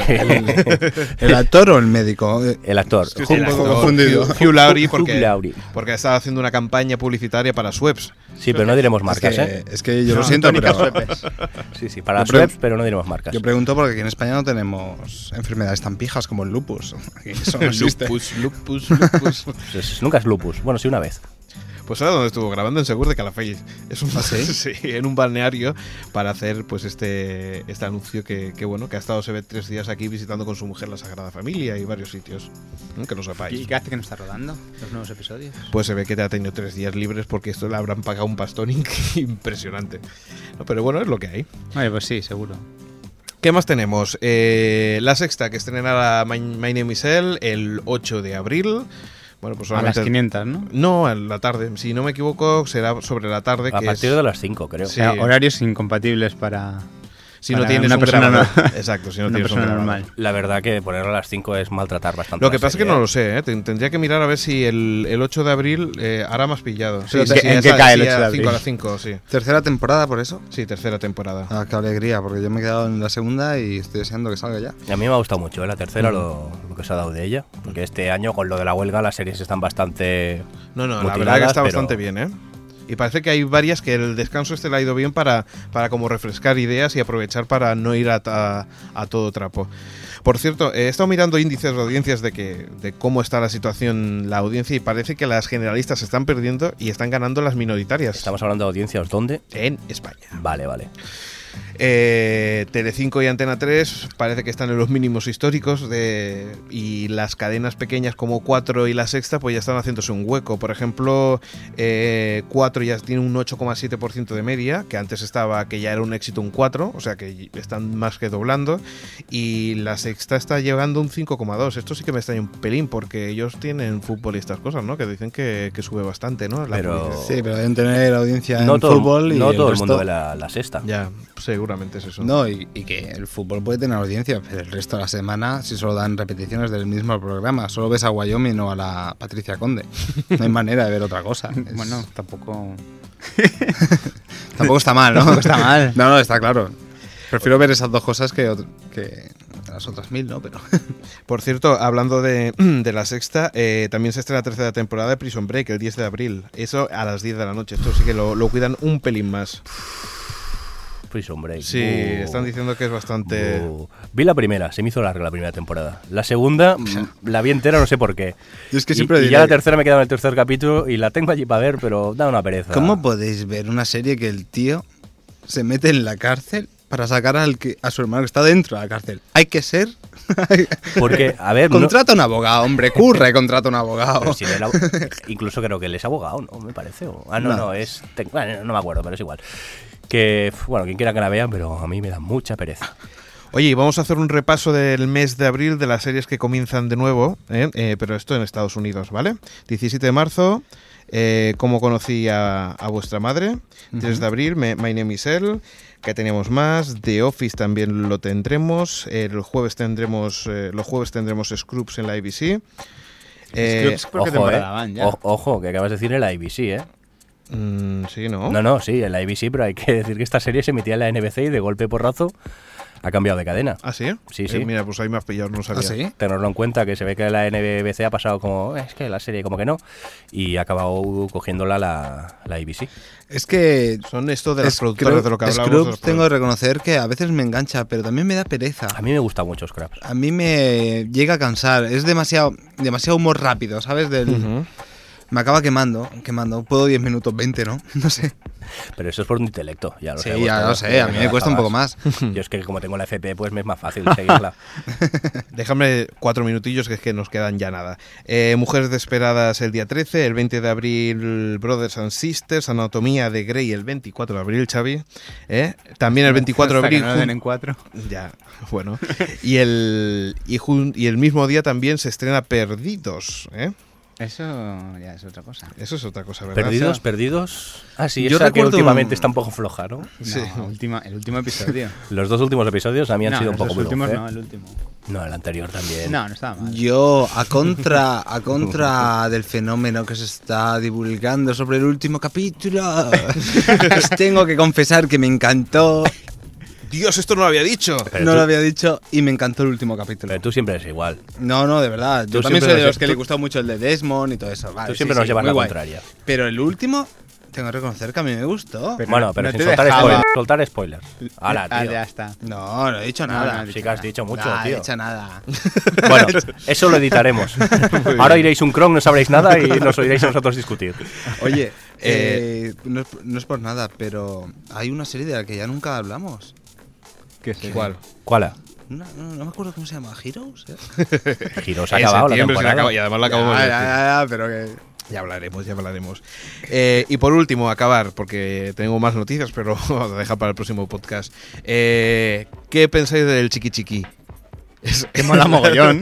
Speaker 3: ¿El actor o el médico? Eh,
Speaker 4: el actor.
Speaker 2: Es que estoy
Speaker 3: Un
Speaker 2: un
Speaker 3: poco
Speaker 2: poco
Speaker 3: confundido.
Speaker 2: Hugh, Hugh Laurie,
Speaker 4: Hugh
Speaker 2: porque,
Speaker 4: Laurie.
Speaker 2: porque ha estado haciendo una campaña publicitaria para Schweppes.
Speaker 4: Sí, pero no diremos marcas,
Speaker 3: es, que,
Speaker 4: ¿eh?
Speaker 3: es que yo lo
Speaker 5: Son
Speaker 3: siento, pero
Speaker 5: tónicas suepes.
Speaker 4: Sí, sí, para
Speaker 3: yo pre-
Speaker 4: Schweppes, pero no diremos marcas.
Speaker 3: yo pregunto porque aquí en España no tenemos enfermedades tan pijas como el lupus. Eso no existe.
Speaker 2: lupus, lupus, lupus.
Speaker 4: Entonces, nunca es lupus. Bueno, sí, una vez.
Speaker 2: Pues era donde estuvo grabando en Segur de Calafell. Es un sí, en un balneario para hacer pues este este anuncio que, que, bueno, que ha estado se ve tres días aquí visitando con su mujer la Sagrada Familia y varios sitios. ¿no? Que no
Speaker 5: ¿Y
Speaker 2: sepáis.
Speaker 5: qué hace que no está rodando los nuevos episodios?
Speaker 2: Pues se ve que te ha tenido tres días libres porque esto le habrán pagado un pastón inc- impresionante. No, pero bueno, es lo que hay.
Speaker 5: Vale, pues sí, seguro.
Speaker 2: ¿Qué más tenemos? Eh, la sexta, que estrenará My, My Name is Elle el 8 de abril. Bueno, pues
Speaker 5: A las
Speaker 2: solamente...
Speaker 5: 500, ¿no?
Speaker 2: No, a la tarde. Si no me equivoco, será sobre la tarde.
Speaker 4: A
Speaker 2: que
Speaker 4: partir
Speaker 2: es-
Speaker 4: de las 5, creo.
Speaker 2: Sí.
Speaker 5: O sea, horarios incompatibles para
Speaker 2: Si no
Speaker 5: para
Speaker 2: tienes
Speaker 5: una
Speaker 2: un
Speaker 5: persona
Speaker 2: grabador.
Speaker 5: no-
Speaker 2: Exacto, si no
Speaker 5: una
Speaker 2: tienes un
Speaker 5: persona
Speaker 2: grabador.
Speaker 5: normal.
Speaker 4: La verdad que ponerlo a las 5 es maltratar bastante.
Speaker 2: Lo que
Speaker 4: la
Speaker 2: pasa es que
Speaker 4: serie,
Speaker 2: no
Speaker 4: ¿eh?
Speaker 2: lo sé, ¿eh? Ten- tendría que mirar a ver si el, el 8 de abril eh, hará más pillado.
Speaker 3: Pero
Speaker 2: sí,
Speaker 3: ¿en
Speaker 2: sí,
Speaker 5: qué- en
Speaker 2: esa-
Speaker 5: qué cae el
Speaker 2: sí,
Speaker 5: 8 de
Speaker 2: a 5 a
Speaker 5: abril?
Speaker 2: las 5, sí.
Speaker 3: ¿Tercera temporada por eso?
Speaker 2: Sí, tercera temporada.
Speaker 3: Ah, qué alegría, porque yo me he quedado en la segunda y estoy deseando que salga ya.
Speaker 4: A mí me ha gustado mucho, ¿eh? la tercera,
Speaker 2: Mm.
Speaker 4: lo, lo que se ha dado de ella. Porque este año, con lo de la huelga, las series están bastante.
Speaker 2: No, no, la
Speaker 4: mutiladas,
Speaker 2: verdad que está
Speaker 4: pero-
Speaker 2: bastante bien, ¿eh? Y parece que hay varias que el descanso este le ha ido bien para, para como refrescar ideas y aprovechar para no ir a, ta- a todo trapo. Por cierto, he estado mirando índices de audiencias de, que, de cómo está la situación, la audiencia, y parece que las generalistas se están perdiendo y están ganando las minoritarias
Speaker 4: Estamos hablando de audiencias, ¿dónde?
Speaker 2: en España.
Speaker 4: Vale, vale.
Speaker 2: Eh, Telecinco y Antena 3 parece que están en los mínimos históricos de, y las cadenas pequeñas como 4 y la sexta pues ya están haciéndose un hueco. Por ejemplo, eh, 4 ya tiene un 8,7% de media, que antes estaba que ya era un éxito un 4, o sea que están más que doblando y la sexta está llegando un 5,2. Esto sí que me extraña un pelín porque ellos tienen fútbol y estas cosas, ¿no? Que dicen que, que sube bastante, ¿no? La
Speaker 4: Pero-
Speaker 2: publicidad.
Speaker 3: Sí, pero deben tener audiencia
Speaker 4: No
Speaker 3: en
Speaker 4: todo, el-
Speaker 3: fútbol y
Speaker 4: no todo el
Speaker 3: resto-
Speaker 4: mundo de la, la sexta.
Speaker 2: Ya, seguramente es eso.
Speaker 3: No, y, y que el fútbol puede tener audiencia, pero el resto de la semana si solo dan repeticiones del mismo programa. Solo ves a Wyoming o a la Patricia Conde. No hay manera de ver otra cosa. Es-
Speaker 5: Bueno, tampoco.
Speaker 3: tampoco está mal, ¿no?
Speaker 5: Tampoco está mal.
Speaker 3: No, no, está claro. Prefiero ver esas dos cosas que, ot- que las otras mil, ¿no? Pero
Speaker 2: Por cierto, hablando de, de la sexta, eh, también se estrena la tercera temporada de Prison Break el 10 de abril. Eso a las 10 de la noche. Esto sí que lo, lo cuidan un pelín más.
Speaker 4: Pues hombre.
Speaker 2: Sí,
Speaker 4: uh,
Speaker 2: están diciendo que es bastante...
Speaker 4: uh. Vi la primera, se me hizo larga la primera temporada. La segunda, mm, la vi entera, no sé por qué.
Speaker 3: Yo es que
Speaker 4: Y-
Speaker 3: siempre
Speaker 4: y,
Speaker 3: diré-
Speaker 4: ya la tercera me quedaba en el tercer capítulo y la tengo allí para ver, pero da una pereza.
Speaker 3: ¿Cómo podéis ver una serie que el tío se mete en la cárcel para sacar al que, a su hermano que está dentro de la cárcel? Hay que ser.
Speaker 4: Porque, a ver, no-
Speaker 3: contrata un abogado, hombre, curre, contrata un abogado.
Speaker 4: pero si no era- incluso creo que él es abogado, ¿no? Me parece. o- ah, no, no,
Speaker 3: No.
Speaker 4: es. te- bueno, no me acuerdo, pero es igual. Que, f- bueno, quien quiera que la vea, pero a mí me da mucha pereza.
Speaker 2: Oye, y vamos a hacer un repaso del mes de abril de las series que comienzan de nuevo, ¿eh? Eh, pero esto en Estados Unidos, ¿vale? 17 de marzo, eh, ¿Cómo conocí a, a vuestra madre? 3 de abril, Me- My Name is Elle, que tenemos más, The Office también lo tendremos, eh, el jueves tendremos, eh, los jueves tendremos Scrubs en la ABC. Eh,
Speaker 5: Scrubs. ¿Por qué
Speaker 4: Ojo,
Speaker 5: temporada van
Speaker 4: eh.
Speaker 5: ya?
Speaker 4: O- ojo, que acabas de decir en la ABC, ¿eh?
Speaker 2: mm, sí,
Speaker 3: ¿Oh?
Speaker 2: ¿no?
Speaker 4: No, no, sí, en la ABC, pero hay que decir que esta serie se emitía en la NBC y de golpe porrazo ha cambiado de cadena.
Speaker 2: ¿Ah, sí?
Speaker 4: Sí,
Speaker 2: Eh,
Speaker 4: sí.
Speaker 2: mira, pues ahí me has pillado, no sabía.
Speaker 3: ¿Ah, sí?
Speaker 4: Tenerlo en cuenta que se ve que la NBC ha pasado como, "Eh, es que la serie como que no, y ha acabado cogiéndola la, la ABC.
Speaker 3: Es que.
Speaker 2: Son esto de las
Speaker 3: es-
Speaker 2: productoras
Speaker 3: creo-
Speaker 2: de lo que hablábamos. de
Speaker 3: Scrubs
Speaker 2: los
Speaker 3: tengo que reconocer que a veces me engancha, pero también me da pereza.
Speaker 4: A mí me gusta mucho Scraps.
Speaker 3: A mí me llega a cansar. Es demasiado, demasiado humor rápido, ¿sabes? Del,
Speaker 2: Ujú.
Speaker 3: Me acaba quemando, quemando. Puedo 10 minutos, 20, ¿no? No sé.
Speaker 4: Pero eso es por un intelecto, ya lo
Speaker 3: Sí,
Speaker 4: sé.
Speaker 3: ya lo sé, a mí me cuesta un poco más.
Speaker 4: Yo es que como tengo la FP, pues me es más fácil seguirla.
Speaker 2: Déjame cuatro minutillos que es que nos quedan ya nada. Eh, Mujeres desesperadas el día 13, el 20 de abril Brothers and Sisters, Anatomía de Grey el 24 de abril, Xavi. ¿eh? También el 24 de
Speaker 5: Hasta que
Speaker 2: abril...
Speaker 5: no lo den
Speaker 2: jun-
Speaker 5: en cuatro.
Speaker 2: Ya, bueno. Y el, y, jun- y el mismo día también se estrena Perdidos. ¿eh?
Speaker 3: Eso ya es otra cosa.
Speaker 2: Eso es otra
Speaker 3: Pues
Speaker 2: cosa, ¿verdad?
Speaker 4: Perdidos, perdidos. Ah, sí,
Speaker 3: Yo
Speaker 4: esa que
Speaker 3: recuerdo
Speaker 4: últimamente
Speaker 3: un-
Speaker 4: está un poco floja, ¿no?
Speaker 2: Sí.
Speaker 3: No, última- el último episodio.
Speaker 4: Los dos últimos episodios a mí han
Speaker 5: no,
Speaker 4: sido un
Speaker 5: los
Speaker 4: poco
Speaker 5: dos últimos
Speaker 4: bluff, ¿eh?
Speaker 5: no, el último.
Speaker 4: No, el anterior también.
Speaker 5: No, no estaba mal.
Speaker 3: Yo, a contra, a contra del fenómeno que se está divulgando sobre el último capítulo, os tengo que confesar que me encantó.
Speaker 2: Dios, esto no lo había dicho.
Speaker 4: Pero
Speaker 3: no
Speaker 4: tú-
Speaker 3: lo había dicho y me encantó el último capítulo.
Speaker 4: Pero tú siempre eres igual.
Speaker 3: No, no, de verdad. Yo
Speaker 4: Tú
Speaker 3: también
Speaker 4: siempre
Speaker 3: soy de
Speaker 4: nos-
Speaker 3: los que le
Speaker 4: tú-
Speaker 3: gustó mucho el de Desmond y todo eso. Vale,
Speaker 4: Tú siempre
Speaker 3: sí,
Speaker 4: nos
Speaker 3: sí,
Speaker 4: llevas
Speaker 3: muy
Speaker 4: la
Speaker 3: guay.
Speaker 4: contraria.
Speaker 3: Pero el último, tengo que reconocer que a mí me gustó.
Speaker 4: bueno, pero
Speaker 5: no
Speaker 4: sin
Speaker 5: te
Speaker 4: soltar
Speaker 5: dejaba.
Speaker 4: spoilers. Soltar spoilers. Hala,
Speaker 5: Ah,
Speaker 4: tío.
Speaker 5: ya está.
Speaker 3: No, no he dicho
Speaker 5: No,
Speaker 3: nada. he
Speaker 5: no,
Speaker 4: sí
Speaker 3: dicho
Speaker 4: que has
Speaker 3: nada.
Speaker 4: dicho mucho,
Speaker 3: Nah,
Speaker 4: tío.
Speaker 3: he dicho nada.
Speaker 4: Bueno, eso lo editaremos. Ahora iréis un cron, no sabréis nada y nos oiréis a nosotros discutir.
Speaker 3: Oye, eh, no, es, no es por nada, pero hay una serie de la que ya nunca hablamos.
Speaker 5: ¿Qué sé?
Speaker 2: ¿Cuál?
Speaker 4: ¿Cuál?
Speaker 3: Una- no, no me acuerdo cómo se llama, Heroes. eh?
Speaker 4: Giro, se ha
Speaker 2: En
Speaker 4: acabado la
Speaker 2: septiembre se la
Speaker 4: temporada.
Speaker 2: acaba- y además la acabamos
Speaker 3: Ya,
Speaker 2: de
Speaker 3: ya,
Speaker 2: decir.
Speaker 3: Ah, ya, ya, pero que...
Speaker 2: Ya hablaremos, ya hablaremos. Eh, y por último, acabar, porque tengo más noticias, pero vamos a dejar para el próximo podcast. Eh, ¿Qué pensáis del chiqui chiqui? Es-
Speaker 5: Que mola mogollón.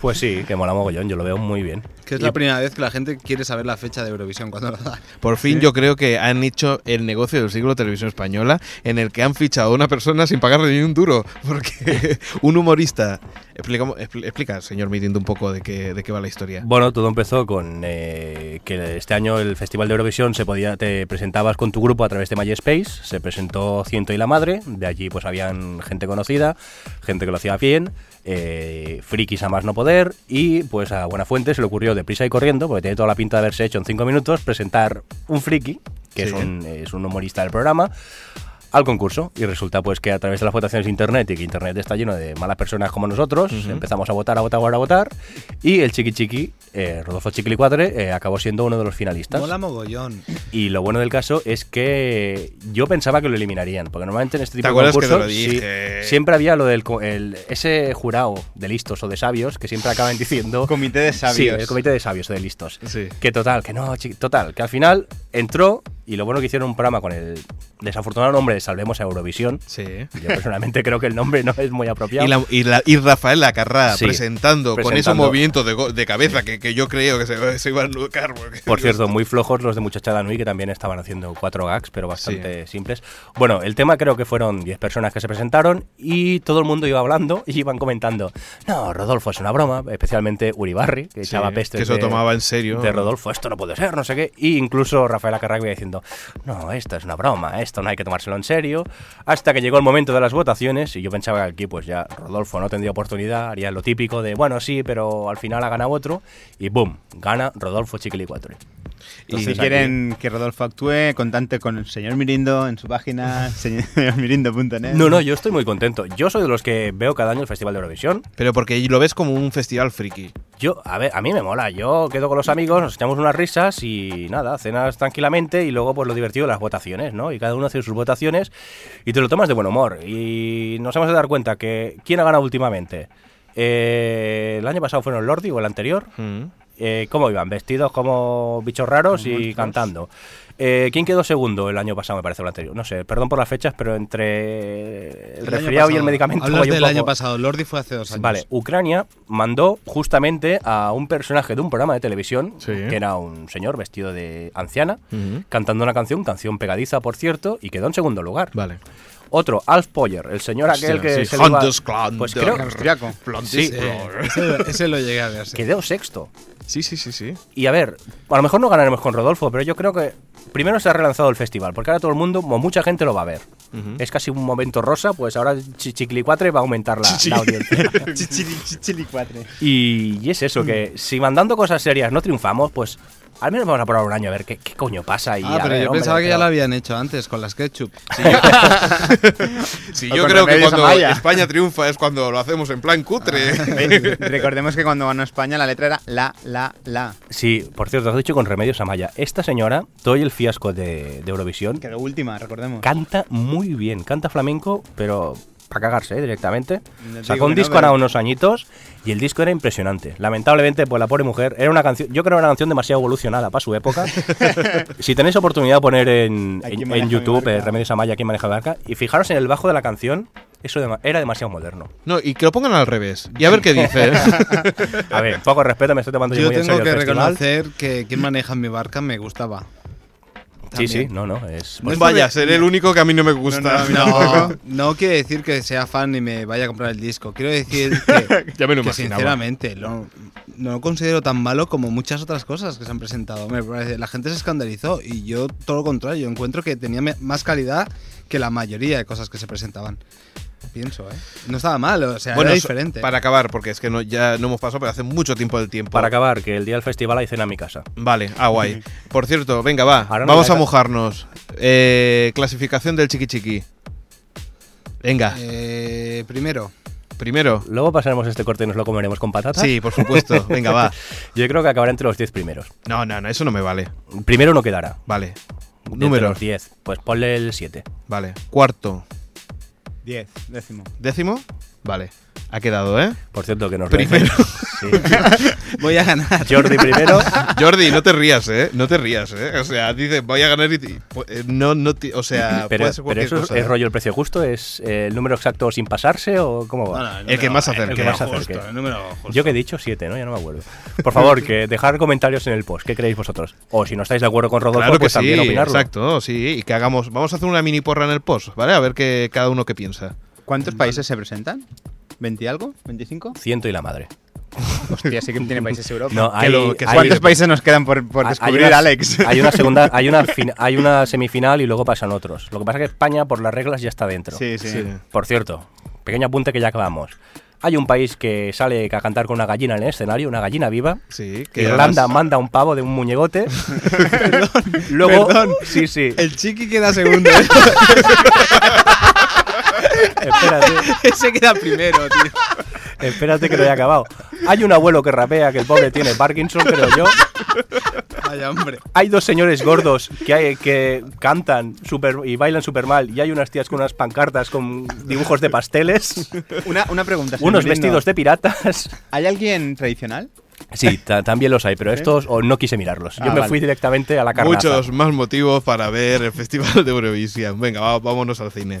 Speaker 4: Pues sí, que mola mogollón, yo lo veo muy bien.
Speaker 3: que es la primera vez que la gente quiere saber la fecha de Eurovisión cuando la da.
Speaker 2: por fin yo creo que han hecho el negocio del siglo televisión española en el que han fichado a una persona sin pagarle ni un duro. Porque un humorista... Explicamos- expl- explica, señor Mirindo, un poco de qué, de qué va la historia.
Speaker 4: Bueno, todo empezó con eh, que este año el Festival de Eurovisión se podía, te presentabas con tu grupo a través de MySpace, se presentó Ciento y la Madre, de allí pues habían gente conocida, gente que lo hacía bien, eh, frikis a más no poder, y pues a Buenafuente se le ocurrió deprisa y corriendo, porque tiene toda la pinta de haberse hecho en cinco minutos, presentar un friki, que es,
Speaker 2: Sí.
Speaker 4: un, es un humorista del programa, al concurso y resulta pues que a través de las votaciones de internet y que internet está lleno de malas personas como nosotros empezamos a votar a votar a votar a votar y el chiqui chiqui eh, Rodolfo Chiquilicuatre eh, acabó siendo uno de los finalistas
Speaker 3: Mola mogollón.
Speaker 4: y lo bueno del caso es que yo pensaba que lo eliminarían porque normalmente en este tipo
Speaker 2: ¿Te
Speaker 4: de
Speaker 2: acuerdas que te
Speaker 4: concursos
Speaker 2: lo
Speaker 4: sí,
Speaker 2: dije?
Speaker 4: siempre había lo del co- el- ese jurado de listos o de sabios que siempre acaban diciendo
Speaker 5: Comité de
Speaker 4: Sí,
Speaker 5: sabios.
Speaker 4: el comité de sabios, de listos.
Speaker 2: Sí.
Speaker 4: Que total, que no, chi- total, que al final entró y lo bueno que hicieron un programa con el desafortunado nombre de Salvemos a Eurovisión.
Speaker 2: Sí.
Speaker 4: Yo personalmente creo que el nombre no es muy apropiado.
Speaker 2: Y, la, y, la- y Rafael Lacarra
Speaker 4: Sí,
Speaker 2: presentando, con esos
Speaker 4: presentando.
Speaker 2: movimientos de, go- de cabeza que, que yo creo que se, se iban a lucar. porque-
Speaker 4: Por cierto, muy flojos los de Muchachada Nui, que también estaban haciendo cuatro gags, pero bastante simples. Bueno, el tema creo que fueron 10 personas que se presentaron y todo el mundo iba hablando y iban comentando. No, Rodolfo es una broma, especialmente Uribarri, que echaba peste.
Speaker 2: que se lo tomaba en serio.
Speaker 4: De Rodolfo, esto no puede ser, no sé qué. Y incluso Rafael Acarrag iba diciendo, no, esto es una broma, esto no hay que tomárselo en serio. Hasta que llegó el momento de las votaciones y yo pensaba que aquí pues ya Rodolfo no tendría oportunidad, haría lo típico de, bueno, sí, pero al final ha ganado otro. Y boom, gana Rodolfo Chiquilicuatre.
Speaker 5: Y si
Speaker 4: Entonces,
Speaker 5: quieren que Rodolfo actúe, contacte con el señor Mirindo en su página, señormirindo.net.
Speaker 4: No, no, yo estoy muy contento. Yo soy de los que veo cada año el Festival de Eurovisión.
Speaker 2: Pero porque lo ves como un festival friki.
Speaker 4: Yo, a ver, a mí me mola. Yo quedo con los amigos, nos echamos unas risas y nada, cenas tranquilamente y luego pues lo divertido de las votaciones, ¿no? Y cada uno hace sus votaciones y te lo tomas de buen humor. Y nos hemos de dar cuenta que quién ha ganado últimamente. Eh, el año pasado fueron Lordi o el anterior. Eh, ¿Cómo iban? Vestidos como bichos raros y cantando. Eh, ¿Quién quedó segundo el año pasado, me parece, o el anterior? No sé, perdón por las fechas, pero entre el, resfriado y el medicamento...
Speaker 3: Hablas
Speaker 4: voy un
Speaker 3: del año
Speaker 4: poco-
Speaker 3: pasado, Lordi fue hace dos años.
Speaker 4: Vale, Ucrania mandó justamente a un personaje de un programa de televisión,
Speaker 2: Sí.
Speaker 4: que era un señor vestido de anciana, cantando una canción, canción pegadiza, por cierto, y quedó en segundo lugar.
Speaker 2: Vale.
Speaker 4: Otro, Alf Poyer, el señor aquel que se le iba- Pues creo, Sí.
Speaker 2: eh.
Speaker 3: Ese, ese lo llegué a ver. sí.
Speaker 4: quedó sexto.
Speaker 2: Sí, sí, sí, sí.
Speaker 4: Y a ver, a lo mejor no ganaremos con Rodolfo, pero yo creo que primero se ha relanzado el festival, porque ahora todo el mundo, mo- mucha gente lo va a ver. Es casi un momento rosa, pues ahora Chichiclicuatre va a aumentar la, la audiencia.
Speaker 5: Chichili, chichili cuatre.
Speaker 4: Y, y es eso, que si mandando cosas serias no triunfamos, pues al menos vamos a probar un año a ver qué, qué coño pasa. Y
Speaker 3: Ah,
Speaker 4: a
Speaker 3: pero
Speaker 4: ver,
Speaker 3: yo
Speaker 4: hombre,
Speaker 3: pensaba que ya
Speaker 4: pero-
Speaker 3: lo habían hecho antes con las ketchup.
Speaker 2: Sí,
Speaker 5: O
Speaker 2: yo
Speaker 5: con
Speaker 2: creo que
Speaker 5: Remedios
Speaker 2: cuando
Speaker 5: Amaya.
Speaker 2: España triunfa es cuando lo hacemos en plan
Speaker 5: Ah.
Speaker 2: cutre.
Speaker 5: Recordemos que cuando ganó España la letra era la, la, la.
Speaker 4: Sí, por cierto, has dicho con Remedios Amaya. Esta señora, todo el fiasco de, de Eurovisión,
Speaker 5: Que era última, recordemos.
Speaker 4: canta muy bien, canta flamenco, pero para cagarse ¿eh? directamente.
Speaker 5: No te
Speaker 4: Sacó
Speaker 5: digo
Speaker 4: un
Speaker 5: que no,
Speaker 4: disco
Speaker 5: pero-
Speaker 4: ahora unos añitos y el disco era impresionante. Lamentablemente, pues la pobre mujer, era una canción, yo creo que era una canción demasiado evolucionada para su época. si tenéis oportunidad poner en,
Speaker 5: ¿A
Speaker 4: en-
Speaker 5: quién
Speaker 4: en
Speaker 5: maneja mi
Speaker 4: YouTube
Speaker 5: barca?
Speaker 4: eh, Remedios Amaya, quien maneja barca, y fijaros en el bajo de la canción, Eso dema- era demasiado moderno.
Speaker 2: No, y que lo pongan al revés. Y a ver qué dice.
Speaker 4: A ver, poco respeto, me estoy tomando yo,
Speaker 3: Yo
Speaker 4: muy en
Speaker 3: tengo
Speaker 4: serio
Speaker 3: que
Speaker 4: el festival.
Speaker 3: reconocer que quien maneja mi barca me gustaba.
Speaker 4: Sí,
Speaker 3: También.
Speaker 4: sí, no, no, es...
Speaker 3: No es
Speaker 2: Vaya,
Speaker 3: por-
Speaker 2: seré el único que a mí no me gusta.
Speaker 3: No, no quiere decir que sea fan y me vaya a comprar el disco. Quiero decir que,
Speaker 2: Ya me lo
Speaker 3: que
Speaker 2: imaginaba.
Speaker 3: sinceramente, lo- no lo considero tan malo como muchas otras cosas que se han presentado. Me parece- la gente se escandalizó y yo todo lo contrario. Yo encuentro que tenía me- más calidad que la mayoría de cosas que se presentaban. Pienso, ¿eh? No estaba mal, o sea,
Speaker 2: Bueno,
Speaker 3: era
Speaker 2: es-
Speaker 3: diferente.
Speaker 2: para acabar, porque es que no, ya no hemos pasado, pero hace mucho tiempo del tiempo.
Speaker 4: Para acabar, que el día del festival hay cena en mi casa.
Speaker 2: Vale, ah, guay. Por cierto, venga, va.
Speaker 4: Ahora no
Speaker 2: Vamos
Speaker 4: me
Speaker 2: a
Speaker 4: da-
Speaker 2: mojarnos. Eh, clasificación del chiqui chiqui. Venga,
Speaker 3: Eh, primero,
Speaker 2: primero.
Speaker 4: Luego pasaremos este corte y nos lo comeremos con patatas.
Speaker 2: Sí, por supuesto. Venga, va.
Speaker 4: Yo creo que acabará entre los 10 primeros.
Speaker 2: No, no, no, eso no me vale.
Speaker 4: Primero no quedará.
Speaker 2: Vale.
Speaker 4: de entre
Speaker 2: Número.
Speaker 4: los 10. Pues ponle el 7.
Speaker 2: Vale. Cuarto.
Speaker 5: 10, décimo.
Speaker 2: Décimo. Vale. Ha quedado, ¿eh?
Speaker 4: Por cierto, que nos lo
Speaker 2: Primero.
Speaker 4: dicen. Sí.
Speaker 3: voy a ganar.
Speaker 4: Jordi primero.
Speaker 2: Jordi, no te rías, ¿eh? No te rías, ¿eh? O sea, dices, voy a ganar y... ti- pu- eh, No, no, ti- o sea,
Speaker 4: Pero,
Speaker 2: puede ser
Speaker 4: pero
Speaker 2: cualquier
Speaker 4: eso es-
Speaker 2: cosa,
Speaker 4: es
Speaker 2: ¿eh?
Speaker 4: rollo el precio justo, es eh, el número exacto sin pasarse o cómo va.
Speaker 3: Bueno,
Speaker 2: El que más
Speaker 3: número-
Speaker 2: acerque.
Speaker 3: Ah, el que más
Speaker 4: El que más
Speaker 3: justo,
Speaker 4: acerque.
Speaker 3: el número justo.
Speaker 4: Yo que he dicho 7, ¿no? Ya no me acuerdo. Por favor, que dejar comentarios en el post. ¿Qué creéis vosotros? O si no estáis de acuerdo con Rodolfo,
Speaker 2: Claro que
Speaker 4: pues
Speaker 2: sí,
Speaker 4: también opinarlo.
Speaker 2: exacto, sí, y que hagamos, vamos a hacer una mini porra en el post, ¿vale? A ver que cada uno qué piensa.
Speaker 5: ¿Cuántos países se presentan? ¿20 y algo? ¿25?
Speaker 4: Ciento y la madre.
Speaker 5: Hostia, sí que tiene países Europa.
Speaker 4: No,
Speaker 2: Que
Speaker 4: hay,
Speaker 2: lo- que
Speaker 4: hay-
Speaker 5: ¿Cuántos países nos quedan por, por
Speaker 3: Ah,
Speaker 4: hay- hay
Speaker 5: descubrir,
Speaker 4: unas-
Speaker 5: Alex?
Speaker 4: Hay una segunda, hay una, fin- hay una semifinal y luego pasan otros. Lo que pasa es que España, por las reglas, ya está dentro.
Speaker 5: Sí, sí.
Speaker 4: Por cierto, pequeño apunte que ya acabamos. Hay un país que sale a cantar con una gallina en el escenario, una gallina viva.
Speaker 2: Sí, que
Speaker 4: Irlanda
Speaker 2: además-
Speaker 4: manda un pavo de un muñegote. luego, sí, sí.
Speaker 3: El chiqui queda segundo. ¿eh?
Speaker 4: Espérate,
Speaker 3: Ese queda primero, tío.
Speaker 4: espérate que no he acabado. Hay un abuelo que rapea que el pobre tiene Parkinson, creo yo.
Speaker 3: Vaya, hombre.
Speaker 4: Hay dos señores gordos que, hay- que cantan super, y bailan súper mal. Y hay unas tías con unas pancartas con dibujos de pasteles.
Speaker 5: Una, una pregunta. señor
Speaker 4: Unos
Speaker 5: Mirindo.
Speaker 4: vestidos de piratas.
Speaker 5: ¿Hay alguien tradicional?
Speaker 4: Sí, ta- también los hay, pero estos o no quise mirarlos. Yo
Speaker 5: Ah,
Speaker 4: me
Speaker 5: vale.
Speaker 4: fui directamente a la carnaza.
Speaker 2: Muchos más motivos para ver el Festival de Eurovisión. Venga, va- vámonos al cine.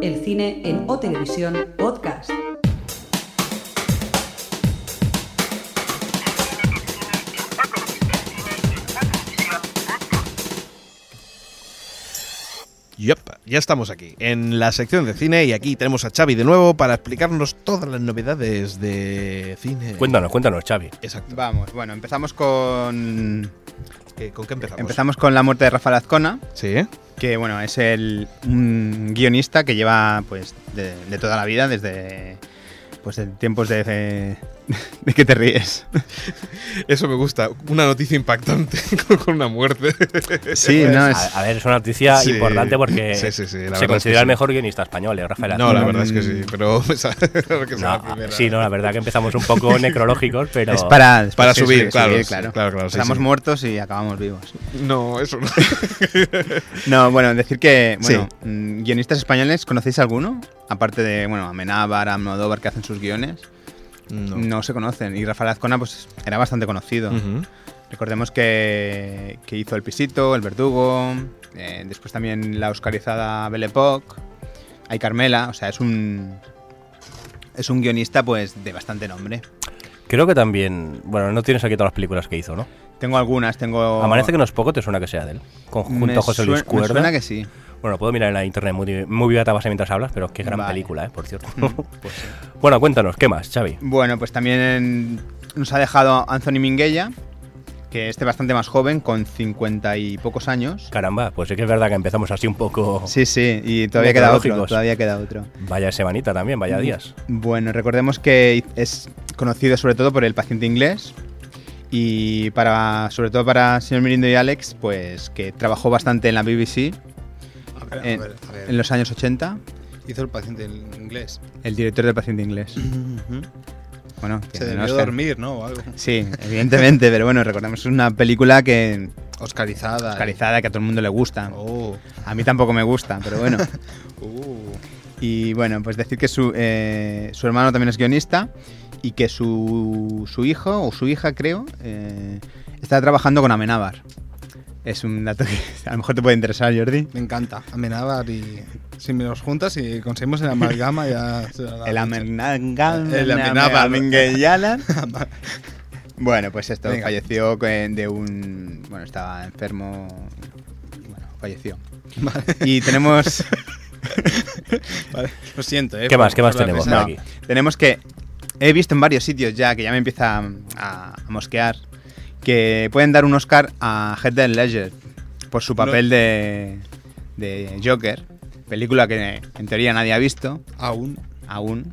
Speaker 1: El cine en O Televisión Podcast.
Speaker 2: Yep, ya estamos aquí, en la sección de cine, y aquí tenemos a Xavi de nuevo para explicarnos todas las novedades de cine.
Speaker 4: Cuéntanos, cuéntanos, Xavi.
Speaker 2: Exacto.
Speaker 5: Vamos, bueno, empezamos con.
Speaker 2: Eh, ¿Con qué empezamos?
Speaker 5: Empezamos con la muerte de Rafael Azcona,
Speaker 2: Sí, ¿eh?
Speaker 5: que bueno, es el un guionista que lleva pues de, de toda la vida, desde pues de tiempos de. ¿De, ¿de qué te ríes?
Speaker 2: eso me gusta. Una noticia impactante con- con una muerte.
Speaker 5: Sí,
Speaker 2: Pues,
Speaker 5: no, es.
Speaker 4: A, a ver, es una noticia
Speaker 2: Sí.
Speaker 4: importante porque
Speaker 2: Sí, sí, sí, la verdad es
Speaker 4: se
Speaker 2: que
Speaker 4: considera
Speaker 2: sí.
Speaker 4: el mejor guionista español, eh, Rafael
Speaker 2: No, la
Speaker 4: Aznar.
Speaker 2: verdad es que sí, pero me sale- que sea la
Speaker 4: No,
Speaker 2: primera.
Speaker 4: sí, no, la verdad que empezamos un poco necrológicos, pero
Speaker 5: Es para, después
Speaker 2: Para
Speaker 5: sí,
Speaker 2: subir,
Speaker 5: sí,
Speaker 2: claro, sí, claro, claro, sí,
Speaker 5: Estamos
Speaker 2: sí.
Speaker 5: muertos y acabamos vivos.
Speaker 2: No, eso no.
Speaker 5: No, bueno, decir que, bueno,
Speaker 2: Sí.
Speaker 5: mm, guionistas españoles, ¿conocéis alguno? Aparte de, bueno, Amenábar, Almodóvar, que hacen sus guiones.
Speaker 2: No.
Speaker 5: No, se conocen. Y Rafael Azcona, pues, era bastante conocido.
Speaker 2: Ujú.
Speaker 5: Recordemos que, que hizo El Pisito, El Verdugo, eh, después también la oscarizada Belle Époque, Hay Carmela, o sea, es un... Es un guionista, pues, de bastante nombre.
Speaker 4: creo que también. Bueno, no tienes aquí todas las películas que hizo, ¿no?
Speaker 5: Tengo algunas, tengo...
Speaker 4: Amanece que no es poco, te suena que sea de él. Con,
Speaker 5: Me
Speaker 4: junto a José Luis
Speaker 5: suena- me
Speaker 4: Cuerda.
Speaker 5: suena que sí.
Speaker 4: Bueno, puedo mirar en la internet muy, muy database mientras hablas, pero qué gran
Speaker 5: Vale.
Speaker 4: película, ¿eh? Por cierto.
Speaker 2: Mm, pues
Speaker 4: bueno, cuéntanos, ¿qué más, Xavi?
Speaker 5: Bueno, pues también nos ha dejado Anthony Minguella, que este bastante más joven, con 50 y pocos años.
Speaker 4: Caramba, pues es que es verdad que empezamos así un poco.
Speaker 5: Sí, sí, y todavía
Speaker 4: Poco
Speaker 5: queda otro,
Speaker 4: lógicos.
Speaker 5: todavía queda otro.
Speaker 4: Vaya semanita también, vaya días.
Speaker 5: Bueno, recordemos que es conocido sobre todo por el paciente inglés y para sobre todo para señor Mirindo y Alex, pues que trabajó bastante en la BBC
Speaker 3: A ver,
Speaker 5: en, eh, en los años 80,
Speaker 3: Hizo el paciente en inglés.
Speaker 5: el director del paciente inglés. Bueno, que
Speaker 3: Se
Speaker 5: no
Speaker 3: debió
Speaker 5: Oscar-
Speaker 3: dormir, ¿no? O algo.
Speaker 5: Sí, evidentemente, pero bueno, recordemos es una película que
Speaker 3: Oscarizada.
Speaker 5: oscarizada que a todo el mundo le gusta.
Speaker 3: Oh.
Speaker 5: A mí tampoco me gusta, pero bueno.
Speaker 3: Uh.
Speaker 5: Y bueno, pues decir que su, eh, su hermano también es guionista y que su, su hijo, o su hija creo, eh, está trabajando con Amenábar. Es un dato que a lo mejor te puede interesar, Jordi.
Speaker 3: Me encanta. Amenábar y. Si me los juntas y conseguimos el amalgama, ya. será la
Speaker 5: El
Speaker 3: leche.
Speaker 5: Amenábar.
Speaker 3: El Amenábar.
Speaker 5: Bueno, pues esto
Speaker 3: Venga.
Speaker 5: falleció eh, de un... Bueno, estaba enfermo... y Bueno, falleció. Y tenemos...
Speaker 3: Vale, Lo siento, ¿eh?
Speaker 4: ¿Qué más?
Speaker 3: por-
Speaker 4: ¿Qué más
Speaker 3: por la
Speaker 4: tenemos por
Speaker 3: risa.
Speaker 4: aquí?
Speaker 5: Tenemos que. He visto en varios sitios ya que ya me empieza a, a mosquear que pueden dar un Oscar a Head and Ledger por su papel de, de Joker, película que en teoría nadie ha visto
Speaker 3: Aún.
Speaker 5: aún.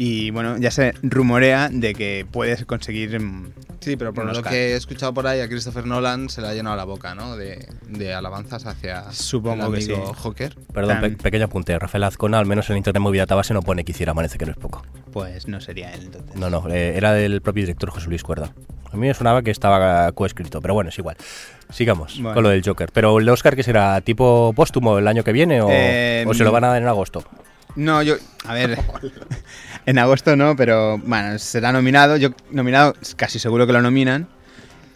Speaker 5: Y bueno, ya se rumorea de que puedes conseguir. mm,
Speaker 3: Sí, pero por
Speaker 5: Un
Speaker 3: lo
Speaker 5: Oscar.
Speaker 3: que he escuchado por ahí, a Christopher Nolan se le ha llenado la boca, ¿no? De, de alabanzas hacia
Speaker 5: Supongo
Speaker 3: el
Speaker 5: que sí.
Speaker 3: amigo Joker.
Speaker 4: Perdón, pe-
Speaker 5: Tan.
Speaker 4: pequeño apunte. Rafael Azcona, al menos en el Internet Movida Tabase, no pone que hiciera Amanece, que no es poco.
Speaker 5: Pues no sería él entonces.
Speaker 4: No, no, eh, era del propio director José Luis Cuerda. A mí me sonaba que estaba coescrito, pero bueno, es igual. Sigamos
Speaker 5: Bueno.
Speaker 4: con lo del Joker. Pero el Oscar, que será? ¿Tipo póstumo el año que viene o,
Speaker 5: Eh,
Speaker 4: o se lo van a dar en agosto?
Speaker 5: No, yo. A ver. en agosto no, pero bueno, será nominado. Yo nominado, casi seguro que lo nominan.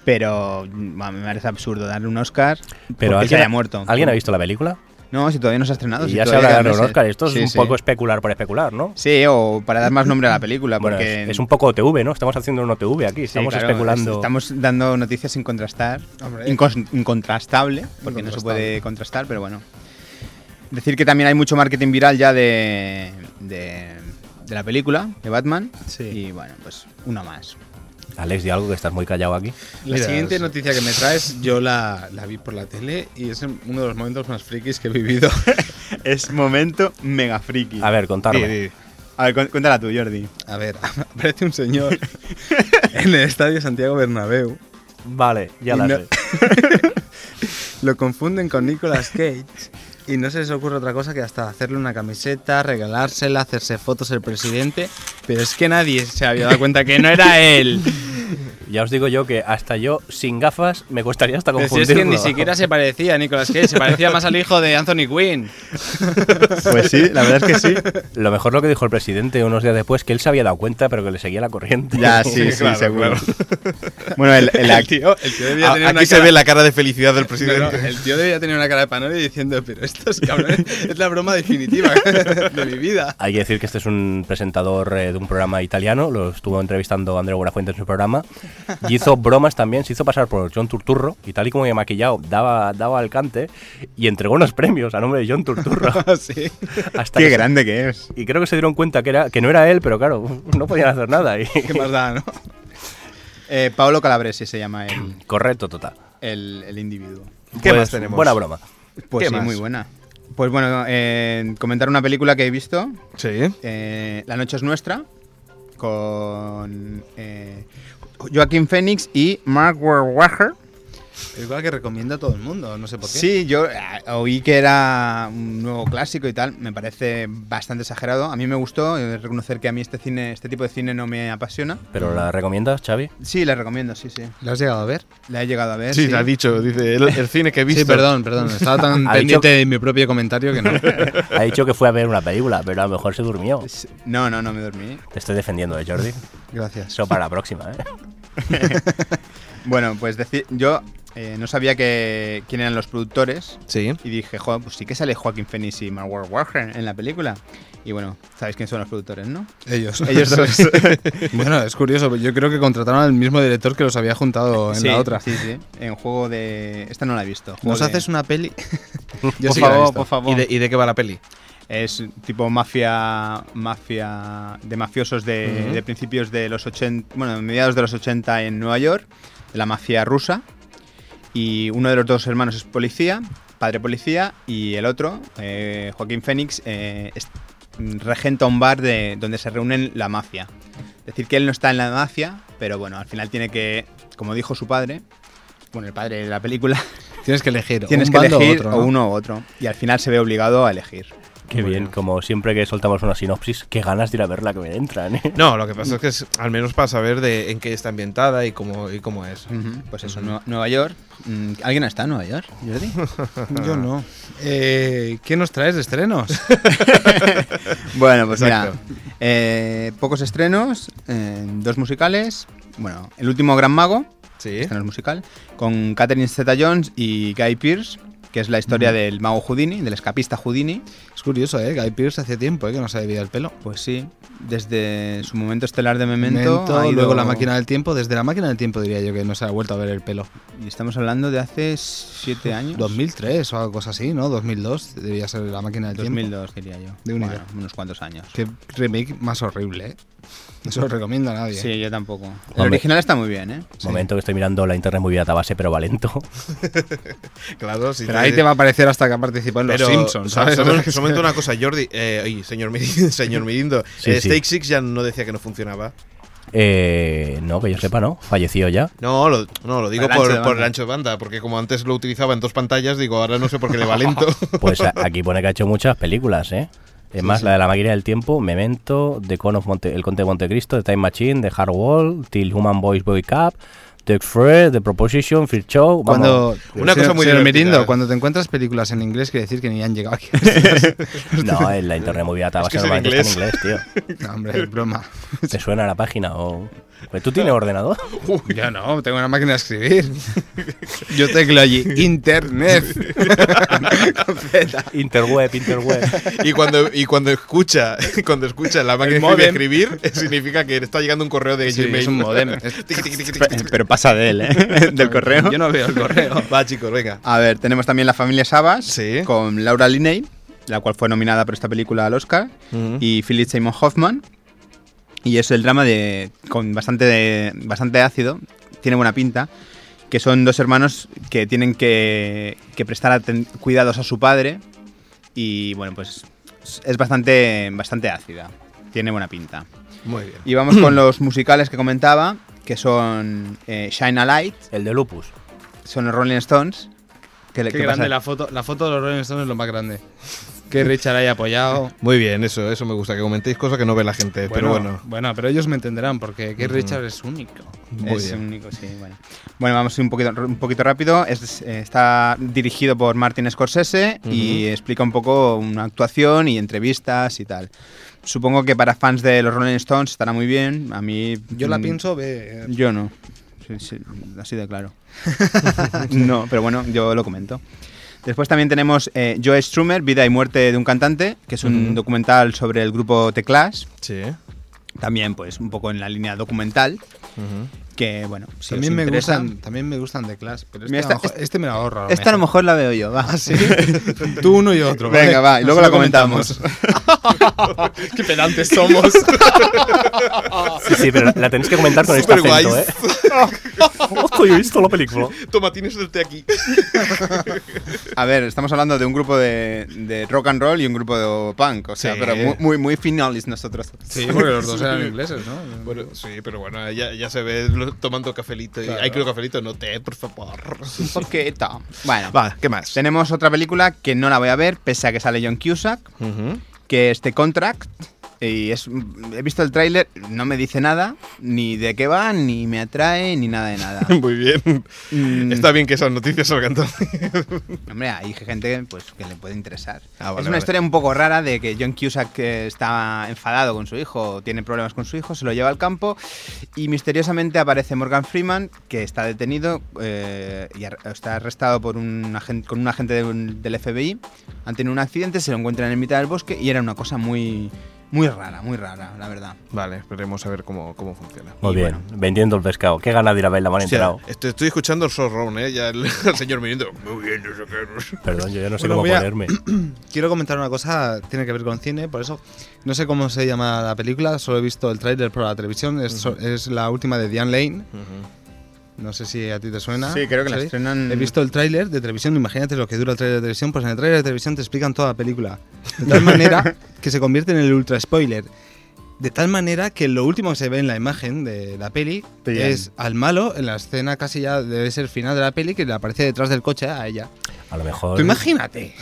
Speaker 5: Pero mm, bueno, me parece absurdo darle un Oscar
Speaker 4: Pero
Speaker 5: porque se
Speaker 4: ¿alguien,
Speaker 5: haya muerto.
Speaker 4: ¿Alguien ha visto la película?
Speaker 5: No, si todavía no se ha estrenado.
Speaker 4: Y
Speaker 5: si
Speaker 4: ya se
Speaker 5: todavía
Speaker 4: habrá
Speaker 5: quedan
Speaker 4: ganado un
Speaker 5: meses.
Speaker 4: Oscar. Esto es
Speaker 5: Sí,
Speaker 4: un
Speaker 5: sí.
Speaker 4: poco especular por especular, ¿no?
Speaker 5: Sí, o para dar más nombre a la película,
Speaker 4: Bueno,
Speaker 5: porque...
Speaker 4: es, es un poco OTV, ¿no? Estamos haciendo un OTV aquí,
Speaker 5: Sí,
Speaker 4: estamos
Speaker 5: claro,
Speaker 4: especulando.
Speaker 5: es- Estamos dando noticias sin contrastar.
Speaker 3: Hombre.
Speaker 5: incons- incontrastable, porque no se puede contrastar, pero bueno. Decir que también hay mucho marketing viral ya de, de, de la película, de Batman.
Speaker 3: Sí.
Speaker 5: Y bueno, pues una más.
Speaker 4: Alex, di algo que estás muy callado aquí.
Speaker 3: La
Speaker 2: Mira,
Speaker 3: siguiente
Speaker 2: es-
Speaker 3: noticia que me traes, yo la, la vi por la tele y es uno de los momentos más frikis que he vivido.
Speaker 5: Es momento mega friki.
Speaker 4: A ver, contadme.
Speaker 5: A ver, cu- cuéntala tú, Jordi.
Speaker 3: A ver, aparece un señor en el estadio Santiago Bernabéu.
Speaker 4: Vale, ya
Speaker 3: Y
Speaker 4: la
Speaker 3: no-
Speaker 4: sé.
Speaker 3: Lo confunden con Nicolas Cage y no se les ocurre otra cosa que hasta hacerle una camiseta, regalársela, hacerse fotos el presidente. Pero es que nadie se había dado cuenta que no era él.
Speaker 4: Ya os digo yo que hasta yo, sin gafas, me costaría hasta
Speaker 3: Pero si
Speaker 4: confundirlo.
Speaker 3: es que ni siquiera se parecía a Nicolas Cage, se parecía más al hijo de Anthony Quinn.
Speaker 5: Pues sí, la verdad es que sí.
Speaker 4: Lo mejor lo que dijo el presidente unos días después, que él se había dado cuenta, pero que le seguía la corriente.
Speaker 5: Ya, sí, sí, seguro. Bueno, el, el
Speaker 3: El
Speaker 5: act-
Speaker 3: tío
Speaker 2: A- aquí se ve la cara de felicidad del presidente.
Speaker 3: No, no, el tío debía tener una cara de panoria diciendo, pero esto es, cabrón, es la broma definitiva de mi vida.
Speaker 4: Hay que decir que este es un presentador eh, de un programa italiano, lo estuvo entrevistando Andreu Buenafuente en su programa, y hizo bromas también, se hizo pasar por John Turturro, y tal y como había maquillado, daba, daba alcante, y entregó unos premios a nombre de John Turturro.
Speaker 3: Sí.
Speaker 4: Hasta
Speaker 5: Qué
Speaker 4: que se-
Speaker 5: grande que es.
Speaker 4: Y creo que se dieron cuenta que, era, que no era él, pero claro, no podían hacer nada. y-
Speaker 3: ¿Qué más da, no?
Speaker 5: Eh, Paolo Calabresi se llama el,
Speaker 4: Correcto, total.
Speaker 5: el, el individuo.
Speaker 2: ¿Qué
Speaker 4: Pues,
Speaker 2: más tenemos?
Speaker 4: Buena broma.
Speaker 5: Pues
Speaker 2: ¿Qué
Speaker 5: sí,
Speaker 2: más?
Speaker 5: muy buena. Pues bueno, eh, comentar una película que he visto,
Speaker 2: Sí.
Speaker 5: eh, La noche es nuestra, con eh, Joaquín Phoenix y Mark Wahlberg.
Speaker 3: Igual que recomienda a todo el mundo, no sé por qué.
Speaker 5: Sí, yo eh, oí que era un nuevo clásico y tal, me parece bastante exagerado. A mí me gustó, he de reconocer que a mí este cine, este tipo de cine no me apasiona.
Speaker 4: ¿Pero la recomiendas, Xavi?
Speaker 5: Sí, la recomiendo, sí, sí.
Speaker 3: ¿Lo has llegado a ver?
Speaker 5: La he llegado a ver.
Speaker 2: Sí, lo ha dicho, dice, el, el cine que he visto.
Speaker 3: Sí, perdón, perdón. Estaba tan
Speaker 4: Ha
Speaker 3: pendiente
Speaker 4: dicho-
Speaker 3: de mi propio comentario que no.
Speaker 4: Ha dicho que fue a ver una película, pero a lo mejor se durmió.
Speaker 5: Sí. No, no, no me dormí.
Speaker 4: Te estoy defendiendo, ¿eh, Jordi.
Speaker 3: Gracias.
Speaker 4: Eso para la próxima, ¿eh?
Speaker 5: Bueno, pues deci- yo eh, no sabía que, quién eran los productores
Speaker 2: Sí.
Speaker 5: y dije, joder, pues sí que sale Joaquín Phoenix y Mark Wahlberg en la película. Y bueno, sabéis quién son los productores, ¿no?
Speaker 3: Ellos.
Speaker 5: Ellos dos.
Speaker 3: bueno, es curioso. Yo creo que contrataron al mismo director que los había juntado en
Speaker 5: Sí,
Speaker 3: la otra.
Speaker 5: Sí, sí. En juego de... Esta no la he visto. Juego
Speaker 3: ¿Nos
Speaker 5: de-
Speaker 3: haces una peli?
Speaker 5: por,
Speaker 3: sí que la he
Speaker 5: favor,
Speaker 3: visto.
Speaker 5: por favor,
Speaker 2: ¿Y de, y de qué va la peli?
Speaker 5: Es tipo mafia... Mafia... De mafiosos de, de principios de los 80... Bueno, mediados de los 80 en Nueva York. de la mafia rusa. Y uno de los dos hermanos es policía, padre policía, y el otro, eh, Joaquín Fénix, eh, es- regenta un bar de, donde se reúnen la mafia. Decir que él no está en la mafia, pero bueno, al final tiene que, como dijo su padre, bueno, el padre de la película,
Speaker 3: Tienes que elegir. o
Speaker 5: tienes
Speaker 3: un
Speaker 5: que
Speaker 3: bando o
Speaker 5: elegir
Speaker 3: otro, ¿no?
Speaker 5: o uno u otro. Y al final se ve obligado a elegir.
Speaker 4: Qué bien, como siempre que soltamos una sinopsis, qué ganas de ir a verla que me entran, ¿eh?
Speaker 2: No, lo que pasa es que es al menos para saber de, en qué está ambientada y cómo, y cómo es.
Speaker 5: Pues eso, Nue- Nueva York. Mm, ¿Alguien está en Nueva York, Jordi? Ah.
Speaker 3: Yo no. Eh, ¿Qué nos traes de
Speaker 2: este
Speaker 3: estrenos?
Speaker 5: Bueno, pues
Speaker 2: Exacto.
Speaker 5: mira, eh, pocos estrenos, eh, dos musicales. Bueno, El último Gran Mago,
Speaker 2: Sí.
Speaker 5: este no es musical, con Catherine Zeta-Jones y Guy Pearce, que es la historia del mago Houdini, del escapista Houdini.
Speaker 3: es curioso, ¿eh? Guy Pierce hace tiempo ¿eh? que no se debía el pelo.
Speaker 5: Pues sí, desde su momento estelar de Memento,
Speaker 3: Memento,
Speaker 5: ha ido-
Speaker 3: luego la máquina del tiempo. Desde la máquina del tiempo diría yo que no se ha vuelto a ver el pelo.
Speaker 5: Y estamos hablando de hace siete años.
Speaker 3: 2003 o algo cosa así, ¿no? 2002 debía ser la máquina del tiempo.
Speaker 5: 2002, diría yo.
Speaker 3: De una
Speaker 5: Bueno,
Speaker 3: idea.
Speaker 5: unos cuantos años.
Speaker 3: Qué remake más horrible, ¿eh? No se lo recomiendo a nadie.
Speaker 5: Sí, yo tampoco. El
Speaker 4: Hombre.
Speaker 5: original está muy bien, ¿eh?
Speaker 4: Momento que estoy mirando la internet muy bien a base, pero va lento.
Speaker 2: Claro, sí.
Speaker 3: Pero ahí te va a aparecer hasta que ha participado en Los
Speaker 2: Pero,
Speaker 3: Simpsons, ¿sabes?
Speaker 2: o sea, un- un momento una cosa, Jordi. Eh, oye, señor Mirindo, señor Mirindo
Speaker 4: Sí,
Speaker 2: eh,
Speaker 4: sí.
Speaker 2: Stake Six ya no decía que no funcionaba.
Speaker 4: Eh, no, que yo sepa, ¿no? Falleció ya.
Speaker 2: No, lo, no, lo digo
Speaker 5: Para el
Speaker 2: por,
Speaker 5: ancho de
Speaker 2: por
Speaker 5: banda.
Speaker 2: el ancho de banda, porque como antes lo utilizaba en dos pantallas, digo, ahora no sé por qué le va lento.
Speaker 4: Pues a- aquí pone que ha hecho muchas películas, ¿eh? Es más, la de la máquina del tiempo, Memento, The Con of Monte- El Conde de Montecristo, The Time Machine, The Hard Wall, Till Human Boys Boy Cup, The Freud, The Proposition, Fear Show. vamos.
Speaker 3: Cuando,
Speaker 2: Una cosa muy
Speaker 3: señor
Speaker 2: divertida,
Speaker 3: Mirindo,
Speaker 2: ¿eh?
Speaker 3: cuando te encuentras películas en inglés quiere decir que ni han llegado aquí. No,
Speaker 4: No, en la internet movida a
Speaker 2: Es que
Speaker 4: base
Speaker 2: es en
Speaker 4: normalmente está en
Speaker 2: inglés.
Speaker 4: inglés, tío.
Speaker 3: hombre, es broma.
Speaker 4: ¿Te suena la página o...? Pues, ¿Tú tienes ordenador?
Speaker 3: Yo no, tengo una máquina de escribir. Yo teclo allí, internet.
Speaker 4: Interweb, interweb.
Speaker 2: Y cuando, y cuando escucha, cuando escucha la máquina de escribir, eh, significa que está llegando un correo de
Speaker 3: Sí,
Speaker 2: Gmail.
Speaker 3: es un modem.
Speaker 2: Tic, tic, tic, tic,
Speaker 5: Pe-
Speaker 2: tic.
Speaker 5: Pero pasa de él, ¿eh? Del correo.
Speaker 3: Yo no veo el correo.
Speaker 2: Va, chicos, venga.
Speaker 5: A ver, tenemos también la familia Sabas
Speaker 2: Sí.
Speaker 5: con Laura Linney, la cual fue nominada por esta película al Oscar, y Philip Seymour Hoffman. Y es el drama de con bastante bastante ácido, tiene buena pinta, que son dos hermanos que tienen que, que prestar aten- cuidados a su padre y bueno, pues es bastante bastante ácida. Tiene buena pinta.
Speaker 2: Muy bien.
Speaker 5: Y vamos con los musicales que comentaba, que son eh, Shine a Light,
Speaker 4: El de Lupus.
Speaker 5: son los Rolling Stones. que le-
Speaker 3: Qué
Speaker 5: que
Speaker 3: grande
Speaker 5: pasa-
Speaker 3: la foto. La foto de los Rolling Stones es lo más grande. Que Richard haya apoyado.
Speaker 2: Muy bien, eso, eso me gusta, que comentéis cosas que no ve la gente, pero bueno.
Speaker 3: Bueno, pero ellos me entenderán porque Keith Richard es único.
Speaker 2: Muy
Speaker 5: es
Speaker 2: bien.
Speaker 5: único, sí, bueno. Bueno, vamos un poquito, un poquito rápido. Es- eh, está dirigido por Martin Scorsese y explica un poco una actuación y entrevistas y tal. Supongo que para fans de los Rolling Stones estará muy bien. A mí.
Speaker 3: Yo la
Speaker 5: mm,
Speaker 3: pienso, ve. eh,
Speaker 5: Yo no. Sí, sí, así de claro. no, pero bueno, yo lo comento. Después también tenemos eh, Joe Strummer, Vida y Muerte de un Cantante, que es un documental sobre el grupo The Clash.
Speaker 2: Sí.
Speaker 5: También, pues, un poco en la línea documental. Que bueno, si
Speaker 3: también,
Speaker 5: os
Speaker 3: me
Speaker 5: interesa-
Speaker 3: gustan, también me gustan The Clash, pero este,
Speaker 5: Mira,
Speaker 3: a lo
Speaker 5: esta-
Speaker 3: mejor- este me lo ahorro.
Speaker 5: Esta a lo mejor la veo yo, va.
Speaker 3: mejor. Ah, Tú uno y otro. ¿vale?
Speaker 5: Venga, va, y luego
Speaker 3: Así
Speaker 5: la comentamos.
Speaker 3: Qué pedantes somos.
Speaker 4: Sí, sí, pero la, la tenéis que comentar con este
Speaker 2: Superguays.
Speaker 4: acento, ¿eh? Hostia, yo he visto la película.
Speaker 2: Toma, tienes el té aquí.
Speaker 5: A ver, estamos hablando de un grupo de, de rock and roll y un grupo de punk, o sea,
Speaker 2: Sí.
Speaker 5: pero muy, muy, muy finales nosotros.
Speaker 3: sí, porque los dos eran ingleses, ¿no?
Speaker 2: Bueno, sí, pero bueno, ya, ya se ve lo- tomando cafelito. y- Hay que lo cafelito, no té, por favor.
Speaker 5: Poqueta. Bueno,
Speaker 2: Va, ¿qué más?
Speaker 5: tenemos otra película que no la voy a ver, pese a que sale John Cusack,
Speaker 2: Ujú.
Speaker 5: que es The Contract. Y es, he visto el tráiler, no me dice nada, ni de qué va, ni me atrae, ni nada de nada.
Speaker 2: Muy bien.
Speaker 5: Mm,
Speaker 2: Está bien que esas noticias salgan también.
Speaker 5: Hombre, hay gente pues, que le puede interesar.
Speaker 2: Ah, vale,
Speaker 5: es una
Speaker 2: vale.
Speaker 5: historia un poco rara de que John Cusack eh, está enfadado con su hijo, tiene problemas con su hijo, se lo lleva al campo y misteriosamente aparece Morgan Freeman, que está detenido eh, y ar- está arrestado por un agente, con un agente de un- del FBI. Han tenido un accidente, se lo encuentran en mitad del bosque y era una cosa muy, muy rara, muy rara, la verdad.
Speaker 2: Vale, esperemos a ver cómo, cómo funciona.
Speaker 4: Muy bien, vendiendo el pescado. Qué ganas de ir a verla, me han
Speaker 2: Hostia,
Speaker 4: enterado.
Speaker 2: estoy, estoy escuchando el short round, ¿eh? Ya el, el señor viniendo. Muy bien, no sé qué.
Speaker 4: Perdón, yo ya no sé
Speaker 3: Bueno, voy
Speaker 4: cómo
Speaker 3: a-
Speaker 4: ponerme.
Speaker 3: Quiero comentar una cosa, tiene que ver con cine, por eso no sé cómo se llama la película, solo he visto el tráiler por la televisión, es, so- es la última de Diane Lane, No sé si a ti te suena.
Speaker 5: Sí, creo que la
Speaker 3: Xavi.
Speaker 5: estrenan-
Speaker 3: He visto el tráiler de televisión, imagínate lo que dura el tráiler de televisión, pues en el tráiler de televisión te explican toda la película. De tal manera que se convierte en el ultra spoiler. De tal manera que lo último que se ve en la imagen de la peli
Speaker 5: Te llegan.
Speaker 3: es al malo en la escena casi ya debe ser final de la peli que le aparece detrás del coche a ella.
Speaker 4: A lo mejor.
Speaker 3: Tú imagínate.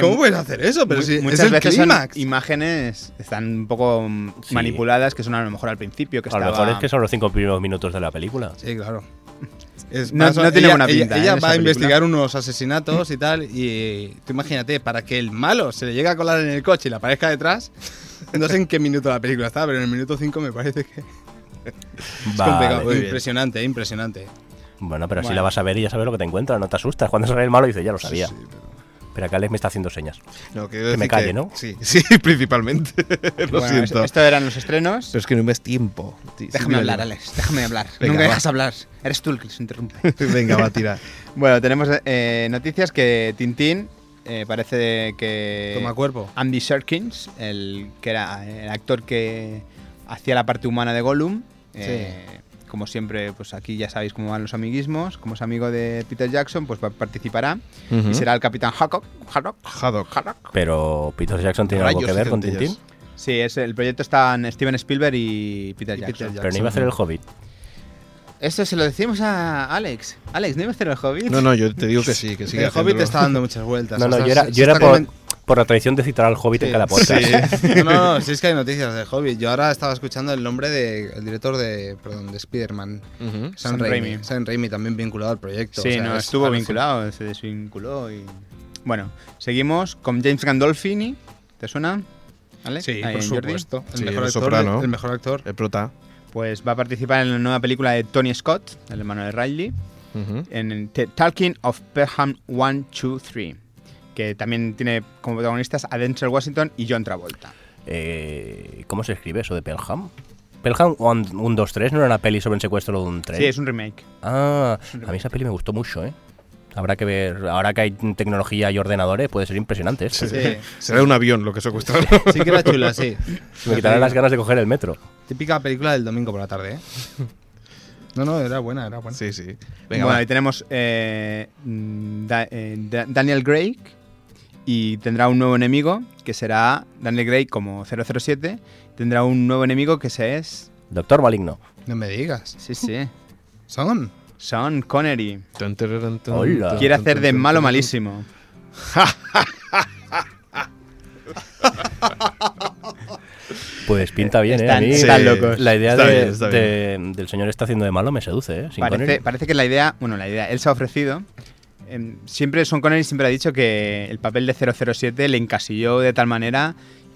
Speaker 3: ¿Cómo puedes hacer eso? Pero
Speaker 5: Mu-
Speaker 3: si
Speaker 5: muchas
Speaker 3: es el
Speaker 5: veces son
Speaker 3: clímax.
Speaker 5: imágenes están un poco mm,
Speaker 4: Sí.
Speaker 5: manipuladas, que son a lo mejor al principio, que
Speaker 4: a lo
Speaker 5: estaba-
Speaker 4: mejor es que son los cinco primeros minutos de la película.
Speaker 3: Sí, claro. Es
Speaker 5: No-
Speaker 3: más,
Speaker 5: no tiene
Speaker 3: ella-
Speaker 5: buena pinta,
Speaker 3: Ella,
Speaker 5: ¿eh?
Speaker 3: ella
Speaker 5: esa
Speaker 3: va a
Speaker 5: película.
Speaker 3: investigar unos asesinatos y tal. Y tú imagínate, para que el malo se le llegue a colar en el coche y le aparezca detrás. No sé en qué minuto la película está, pero en el minuto 5 me parece que es complicado.
Speaker 4: Vale.
Speaker 3: Impresionante, impresionante.
Speaker 4: Bueno, pero así
Speaker 5: Bueno.
Speaker 4: la vas a ver y ya sabes lo que te encuentras, no te asustas. Cuando sale el malo dices, ya lo sabía. Pero acá Alex me está haciendo señas.
Speaker 2: No,
Speaker 4: Que me
Speaker 2: decir
Speaker 4: calle, ¿no?
Speaker 2: Sí, sí, principalmente. Lo siento.
Speaker 5: Bueno, es-
Speaker 3: este
Speaker 5: Esto eran los estrenos.
Speaker 2: Pero es que no me es tiempo. Sí, sí,
Speaker 5: déjame
Speaker 2: dime,
Speaker 5: hablar,
Speaker 2: dime.
Speaker 5: Alex, déjame hablar.
Speaker 2: Venga,
Speaker 5: Nunca
Speaker 2: va.
Speaker 5: dejas hablar. Eres tú el que se interrumpe.
Speaker 2: Venga, va a tirar.
Speaker 5: bueno, tenemos eh, noticias que Tintín eh, parece
Speaker 2: Eh,
Speaker 5: que.
Speaker 3: Toma cuerpo.
Speaker 5: Andy Serkins, el que era el actor que hacía la parte humana de Gollum. eh, como siempre, pues aquí ya sabéis cómo van los amiguismos. Como es amigo de Peter Jackson, pues pa- participará y será el Capitán Haddock. Haddock.
Speaker 2: Haddock.
Speaker 5: Haddock.
Speaker 4: Pero Peter Jackson tiene algo
Speaker 2: Rayos
Speaker 4: que
Speaker 2: y
Speaker 4: ver con
Speaker 2: centellas.
Speaker 4: Tintín.
Speaker 5: Sí, es, el proyecto está en Steven Spielberg y Peter
Speaker 3: Y Peter
Speaker 5: Jackson.
Speaker 4: Pero no iba a hacer el hobbit.
Speaker 5: Esto se lo decimos a Alex. Alex, ¿no iba a hacer el Hobbit?
Speaker 2: No, no, yo te digo que sí, que sí.
Speaker 3: el Hobbit está dando muchas vueltas.
Speaker 4: No, no,
Speaker 3: O sea,
Speaker 4: yo era,
Speaker 3: se-
Speaker 4: yo
Speaker 3: se
Speaker 4: era
Speaker 3: está
Speaker 4: por,
Speaker 3: comen-
Speaker 4: por la tradición de citar al hobbit en cada podcast.
Speaker 3: No, no, no, si es que hay noticias de Hobbit. Yo ahora estaba escuchando el nombre del director de, perdón, de Spider-Man. Sam
Speaker 5: Sam
Speaker 3: Raimi.
Speaker 5: Raimi.
Speaker 3: Sam Raimi también vinculado al proyecto.
Speaker 5: Sí,
Speaker 3: o sea,
Speaker 5: no,
Speaker 3: es
Speaker 5: estuvo
Speaker 3: alucinante.
Speaker 5: vinculado, se desvinculó y... Bueno, seguimos con James Gandolfini. ¿Te suena? ¿Vale?
Speaker 3: Sí,
Speaker 5: Ahí
Speaker 3: por
Speaker 5: en Jordi.
Speaker 3: supuesto. El,
Speaker 2: Sí,
Speaker 3: mejor
Speaker 2: el
Speaker 3: actor,
Speaker 2: soprano.
Speaker 3: el mejor actor.
Speaker 2: El prota.
Speaker 5: Pues va a participar en la nueva película de Tony Scott, el hermano de Riley,
Speaker 2: Ujú.
Speaker 5: en el The Talking of Pelham 1, 2, 3, que también tiene como protagonistas a Denzel Washington y John Travolta.
Speaker 4: Eh, ¿Cómo se escribe eso de Pelham? Pelham 1, 2, 3 no era una peli sobre un secuestro de un tren.
Speaker 5: Sí, es un remake.
Speaker 4: Ah, a mí esa peli me gustó mucho, ¿eh? Habrá que ver, ahora que hay tecnología y ordenadores, puede ser impresionante esto.
Speaker 3: Sí.
Speaker 2: Será un avión lo que secuestraron.
Speaker 3: Sí que era chula, sí.
Speaker 4: Me quitarán las ganas de coger el metro.
Speaker 3: Típica película del domingo por la tarde, ¿eh? No, no, era buena, era buena.
Speaker 2: Sí, sí. Venga,
Speaker 5: bueno,
Speaker 2: va.
Speaker 5: ahí tenemos eh, mm, Da- eh, Da- Daniel Craig y tendrá un nuevo enemigo que será Daniel Craig como 007. Tendrá un nuevo enemigo que se es.
Speaker 4: Doctor Maligno.
Speaker 3: No me digas.
Speaker 5: Sí, sí.
Speaker 3: Son.
Speaker 5: Sean Connery.
Speaker 2: Tun, tararán, tun,
Speaker 4: Hola.
Speaker 3: Ah,
Speaker 2: tun,
Speaker 5: Quiere
Speaker 2: tun,
Speaker 5: hacer de
Speaker 2: tun,
Speaker 5: malo
Speaker 2: tun.
Speaker 5: malísimo.
Speaker 4: Pues pinta bien, ¿eh? A
Speaker 5: Están-
Speaker 4: mí
Speaker 5: están locos.
Speaker 4: La idea
Speaker 2: Está
Speaker 4: de-
Speaker 2: bien, está
Speaker 4: de- del señor está haciendo de malo me seduce, ¿eh? Sin
Speaker 5: Parece,
Speaker 4: Connery.
Speaker 5: parece que la idea. Bueno, la idea. Él se ha ofrecido. Em, Siempre Sean Connery siempre ha dicho que el papel de 007 le encasilló de tal manera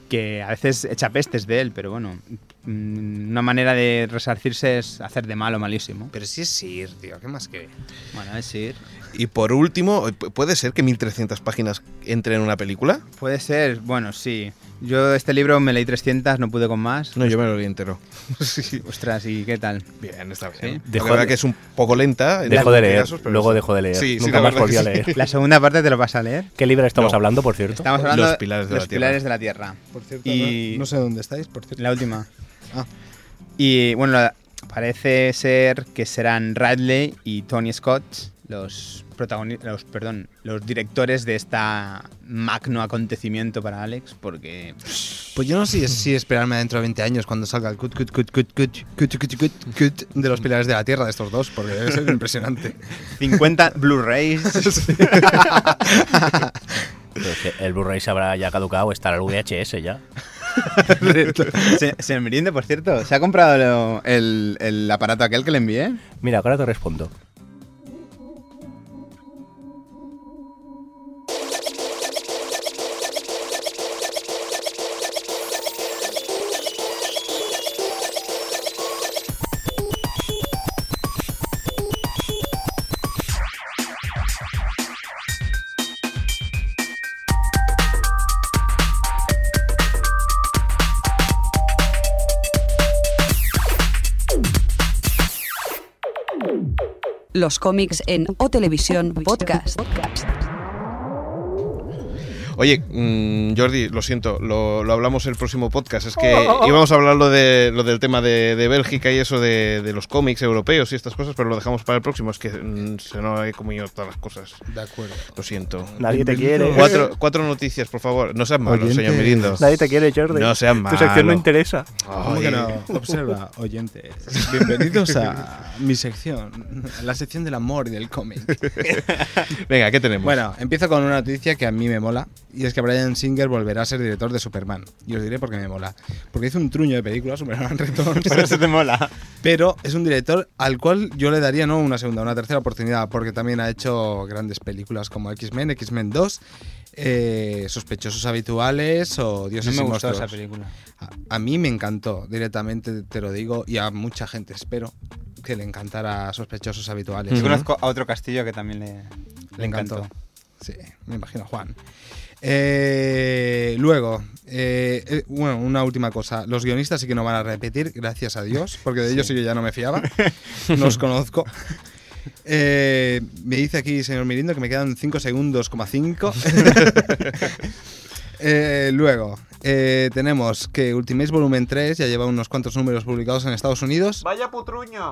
Speaker 5: que a veces echa pestes de él, pero bueno, mm, una manera de resarcirse es hacer de malo malísimo.
Speaker 3: Pero sí es Sir, tío, ¿qué más que?
Speaker 5: Bueno, es ir.
Speaker 2: Y por último, eh, ¿pu- ¿puede ser que 1300 páginas entren en una película?
Speaker 5: Puede ser, bueno, sí. Yo este libro me leí 300, no pude con más.
Speaker 2: No, yo me lo leí entero.
Speaker 5: Ostras, ¿y qué tal?
Speaker 2: Bien, está bien.
Speaker 4: Dejó
Speaker 2: la verdad
Speaker 4: de-
Speaker 2: que es un poco lenta. en
Speaker 4: Dejo de
Speaker 2: algunos
Speaker 4: leer,
Speaker 2: casos, pero
Speaker 4: luego
Speaker 2: sí.
Speaker 4: dejo de leer.
Speaker 2: Sí, sí,
Speaker 4: Nunca
Speaker 2: la
Speaker 4: más
Speaker 2: verdad
Speaker 4: volví a
Speaker 2: que sí.
Speaker 4: leer.
Speaker 5: La segunda parte te lo vas a leer.
Speaker 4: ¿Qué libro estamos
Speaker 2: No.
Speaker 4: hablando, por cierto?
Speaker 5: Estamos hablando
Speaker 2: Los pilares de la
Speaker 5: los
Speaker 2: tierra.
Speaker 5: pilares de la Tierra.
Speaker 3: Por cierto,
Speaker 5: Y-
Speaker 3: no, no sé dónde estáis, por cierto.
Speaker 5: La última.
Speaker 3: Ah.
Speaker 5: Y bueno, la- parece ser que serán Radley y Tony Scott los protagonistas, los, perdón, los directores de esta magno acontecimiento para Alex, porque
Speaker 3: Pues yo no sé si esperarme dentro de 20 años cuando salga el cut, cut, cut, cut, cut, cut, cut, cut, cut de los pilares de la tierra de estos dos, porque debe ser impresionante.
Speaker 5: 50 Blu-rays.
Speaker 4: Pues el Blu-ray se habrá ya caducado, estará el VHS ya.
Speaker 5: se, se me rinde, por cierto. ¿Se ha comprado lo- el, el aparato aquel que le envié?
Speaker 4: Mira, ahora te respondo.
Speaker 1: Los cómics en O Televisión Podcast.
Speaker 2: Oye, mm, Jordi, lo siento, lo, lo hablamos en el próximo podcast. Es que íbamos a hablar lo, de, lo del tema de, de Bélgica y eso de, de los cómics europeos y estas cosas, pero lo dejamos para el próximo. Es que mm, se nos he comido todas las cosas.
Speaker 3: De acuerdo.
Speaker 2: Lo siento.
Speaker 4: Nadie te quiere.
Speaker 2: Cuatro, cuatro noticias, por favor. No seas malo,
Speaker 3: Oyentes.
Speaker 2: señor Mirindo.
Speaker 4: Nadie te quiere, Jordi.
Speaker 2: No seas
Speaker 4: Tu sección
Speaker 2: malo.
Speaker 4: no interesa.
Speaker 3: ¿Cómo
Speaker 2: Ay.
Speaker 3: que no? Observa, oyentes. Bienvenidos a mi sección, a la sección del amor y del cómic.
Speaker 2: Venga, ¿qué tenemos?
Speaker 3: Bueno, empiezo con una noticia que a mí me mola, y es que Brian Singer volverá a ser director de Superman. Y os diré por qué me mola. Porque hizo un truño de películas, Superman Returns,
Speaker 5: Por eso te mola.
Speaker 3: pero es un director al cual yo le daría no una segunda, una tercera oportunidad, porque también ha hecho grandes películas como X-Men, X-Men 2, eh, Sospechosos Habituales o Dioses y Monstruos.
Speaker 5: película.
Speaker 3: A, a mí me encantó, directamente te lo digo, y a mucha gente espero que le encantara Sospechosos Habituales.
Speaker 5: Yo
Speaker 2: Ujú.
Speaker 5: conozco a otro castillo que también le,
Speaker 3: Le encantó.
Speaker 5: encantó.
Speaker 3: Sí, me imagino, Juan. Eh, luego, eh, eh, bueno, una última cosa. Los guionistas sí que no van a repetir, gracias a Dios, porque de ellos sí que ya no me fiaba. No os conozco. Eh, me dice aquí, señor Mirindo, que me quedan 5 segundos, coma 5. Eh, luego, eh, tenemos que Ultimate Volumen 3 ya lleva unos cuantos números publicados en Estados Unidos.
Speaker 8: Vaya putruño.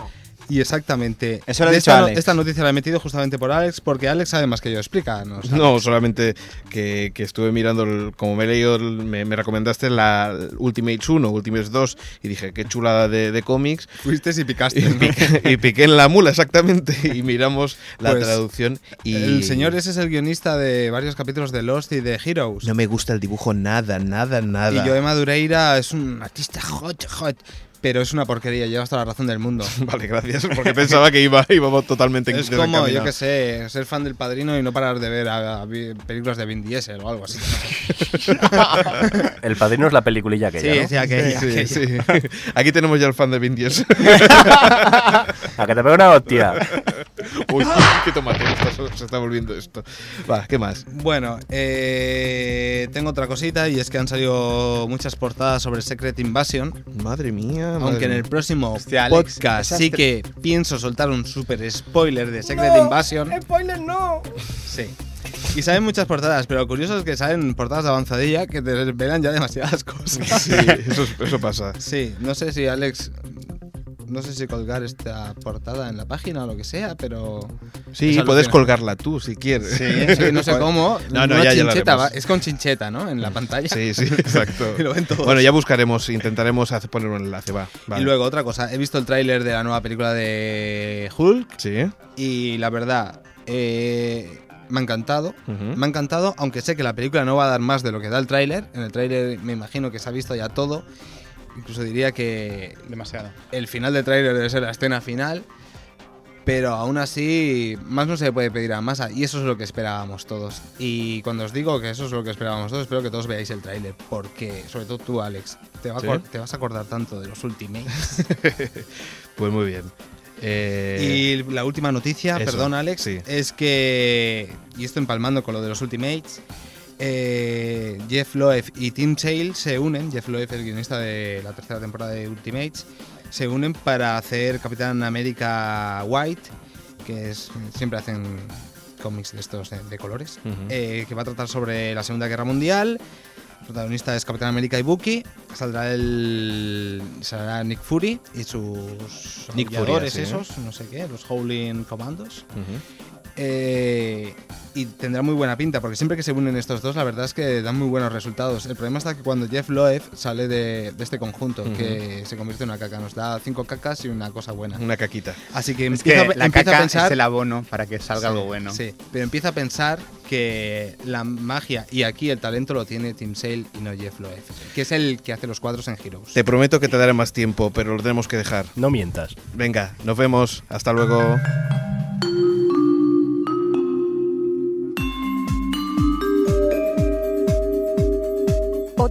Speaker 3: Y exactamente.
Speaker 5: Eso lo ha
Speaker 3: de
Speaker 5: dicho
Speaker 3: esta, no-
Speaker 5: Alex.
Speaker 3: esta noticia la he metido justamente por Alex, porque Alex sabe más que yo. Explícanos. Alex.
Speaker 2: No, solamente que, que estuve mirando, el- como me he leído, el- me, me recomendaste la Ultimates 1, Ultimates 2, y dije, qué chulada de, de cómics.
Speaker 3: Fuiste y picaste.
Speaker 2: Y,
Speaker 3: ¿no?
Speaker 2: piqué, y piqué en la mula, exactamente, y miramos la
Speaker 3: Pues,
Speaker 2: traducción. Y
Speaker 3: El señor ese es el guionista de varios capítulos de Lost y de Heroes.
Speaker 2: No me gusta el dibujo nada, nada, nada.
Speaker 3: y Joe Madureira es un artista hot, hot. Pero es una porquería, llevas toda la razón del mundo.
Speaker 2: Vale, gracias, porque pensaba que iba, íbamos totalmente
Speaker 3: Es como, yo qué sé, ser fan del padrino y no parar de ver a- a vi- películas de Vin Diesel o algo así.
Speaker 4: El padrino es la peliculilla que
Speaker 3: Sí,
Speaker 4: ¿no?
Speaker 3: sí, aquella,
Speaker 2: Sí,
Speaker 3: aquella.
Speaker 2: sí. Aquí tenemos ya el fan de Vin Diesel.
Speaker 4: A que te pega una hostia.
Speaker 2: Uy, qué tomate esto, se está volviendo esto. Va, ¿qué más?
Speaker 3: Bueno, eh, tengo otra cosita y es que han salido muchas portadas sobre Secret Invasion.
Speaker 2: Madre mía.
Speaker 3: Aunque en el próximo
Speaker 5: Hostia, Alex,
Speaker 3: podcast
Speaker 5: esas
Speaker 3: sí
Speaker 5: tre-
Speaker 3: que pienso soltar un super spoiler de Secret Invasion. ¡Spoiler no! Sí. Y salen muchas portadas, pero lo curioso es que salen portadas de avanzadilla que te revelan ya demasiadas cosas.
Speaker 2: Sí, eso, eso pasa.
Speaker 3: Sí, no sé si Alex. No sé si colgar esta portada en la página o lo que sea, pero.
Speaker 2: Sí, puedes
Speaker 3: Es alucinante.
Speaker 2: colgarla tú si quieres.
Speaker 3: Sí, no sé cómo.
Speaker 2: No, no,
Speaker 3: una
Speaker 2: ya- ya lo
Speaker 3: chincheta,
Speaker 2: haremos.
Speaker 3: va- Es con chincheta, ¿no? En la pantalla.
Speaker 2: Sí, sí, exacto.
Speaker 3: Y lo ven todos.
Speaker 2: Bueno, ya buscaremos, intentaremos hacer, poner un enlace, va. vale.
Speaker 3: Y luego, otra cosa. He visto el tráiler de la nueva película de Hulk.
Speaker 2: Sí.
Speaker 3: Y la verdad, eh, me ha encantado.
Speaker 2: Ujú.
Speaker 3: Me ha encantado, aunque sé que la película no va a dar más de lo que da el tráiler. En el tráiler me imagino que se ha visto ya todo. Incluso diría que
Speaker 5: Demasiado.
Speaker 3: el final del tráiler debe ser la escena final. Pero aún así, más no se le puede pedir a Masa. Y eso es lo que esperábamos todos. Y cuando os digo que eso es lo que esperábamos todos, espero que todos veáis el tráiler. Porque, sobre todo tú, Alex, te, va a
Speaker 2: ¿Sí?
Speaker 3: acor- te vas a acordar tanto de los Ultimates.
Speaker 2: Pues muy bien. Eh,
Speaker 3: Y la última noticia,
Speaker 2: eso,
Speaker 3: perdón Alex,
Speaker 2: sí.
Speaker 3: es que, y esto empalmando con lo de los Ultimates, eh, Jeff Loeb y Tim Sale se unen, Jeff Loeb el guionista de la tercera temporada de Ultimates, se unen para hacer Capitán América White, que es, siempre hacen cómics de estos de, de colores,
Speaker 2: Ujú.
Speaker 3: eh, que va a tratar sobre la Segunda Guerra Mundial. El protagonista es Capitán América y Bucky. Saldrá el. Saldrá Nick Fury y sus
Speaker 2: Nick Fury,
Speaker 5: ah,
Speaker 3: aulladores
Speaker 2: así, ¿eh?
Speaker 3: esos, no sé qué, los Howling Commandos.
Speaker 2: ujú.
Speaker 3: Eh, y tendrá muy buena pinta, porque siempre que se unen estos dos, la verdad es que dan muy buenos resultados. El problema está que cuando Jeff Loeb sale de, de este conjunto,
Speaker 2: Ujú.
Speaker 3: que se convierte en una caca, nos da cinco cacas y una cosa buena.
Speaker 2: Una caquita.
Speaker 3: Así que
Speaker 5: Es
Speaker 3: empiezo,
Speaker 5: que
Speaker 3: a-
Speaker 5: la
Speaker 3: empiezo
Speaker 5: caca
Speaker 3: a pensar
Speaker 5: es el abono para que salga
Speaker 3: Sí,
Speaker 5: algo bueno.
Speaker 3: Sí, pero empieza a pensar que la magia y aquí el talento lo tiene Tim Sale y no Jeff Loeb, que es el que hace los cuadros en Heroes.
Speaker 2: Te prometo que te daré más tiempo, pero lo tenemos que dejar.
Speaker 4: No mientas.
Speaker 2: Venga, nos vemos. Hasta luego.
Speaker 1: O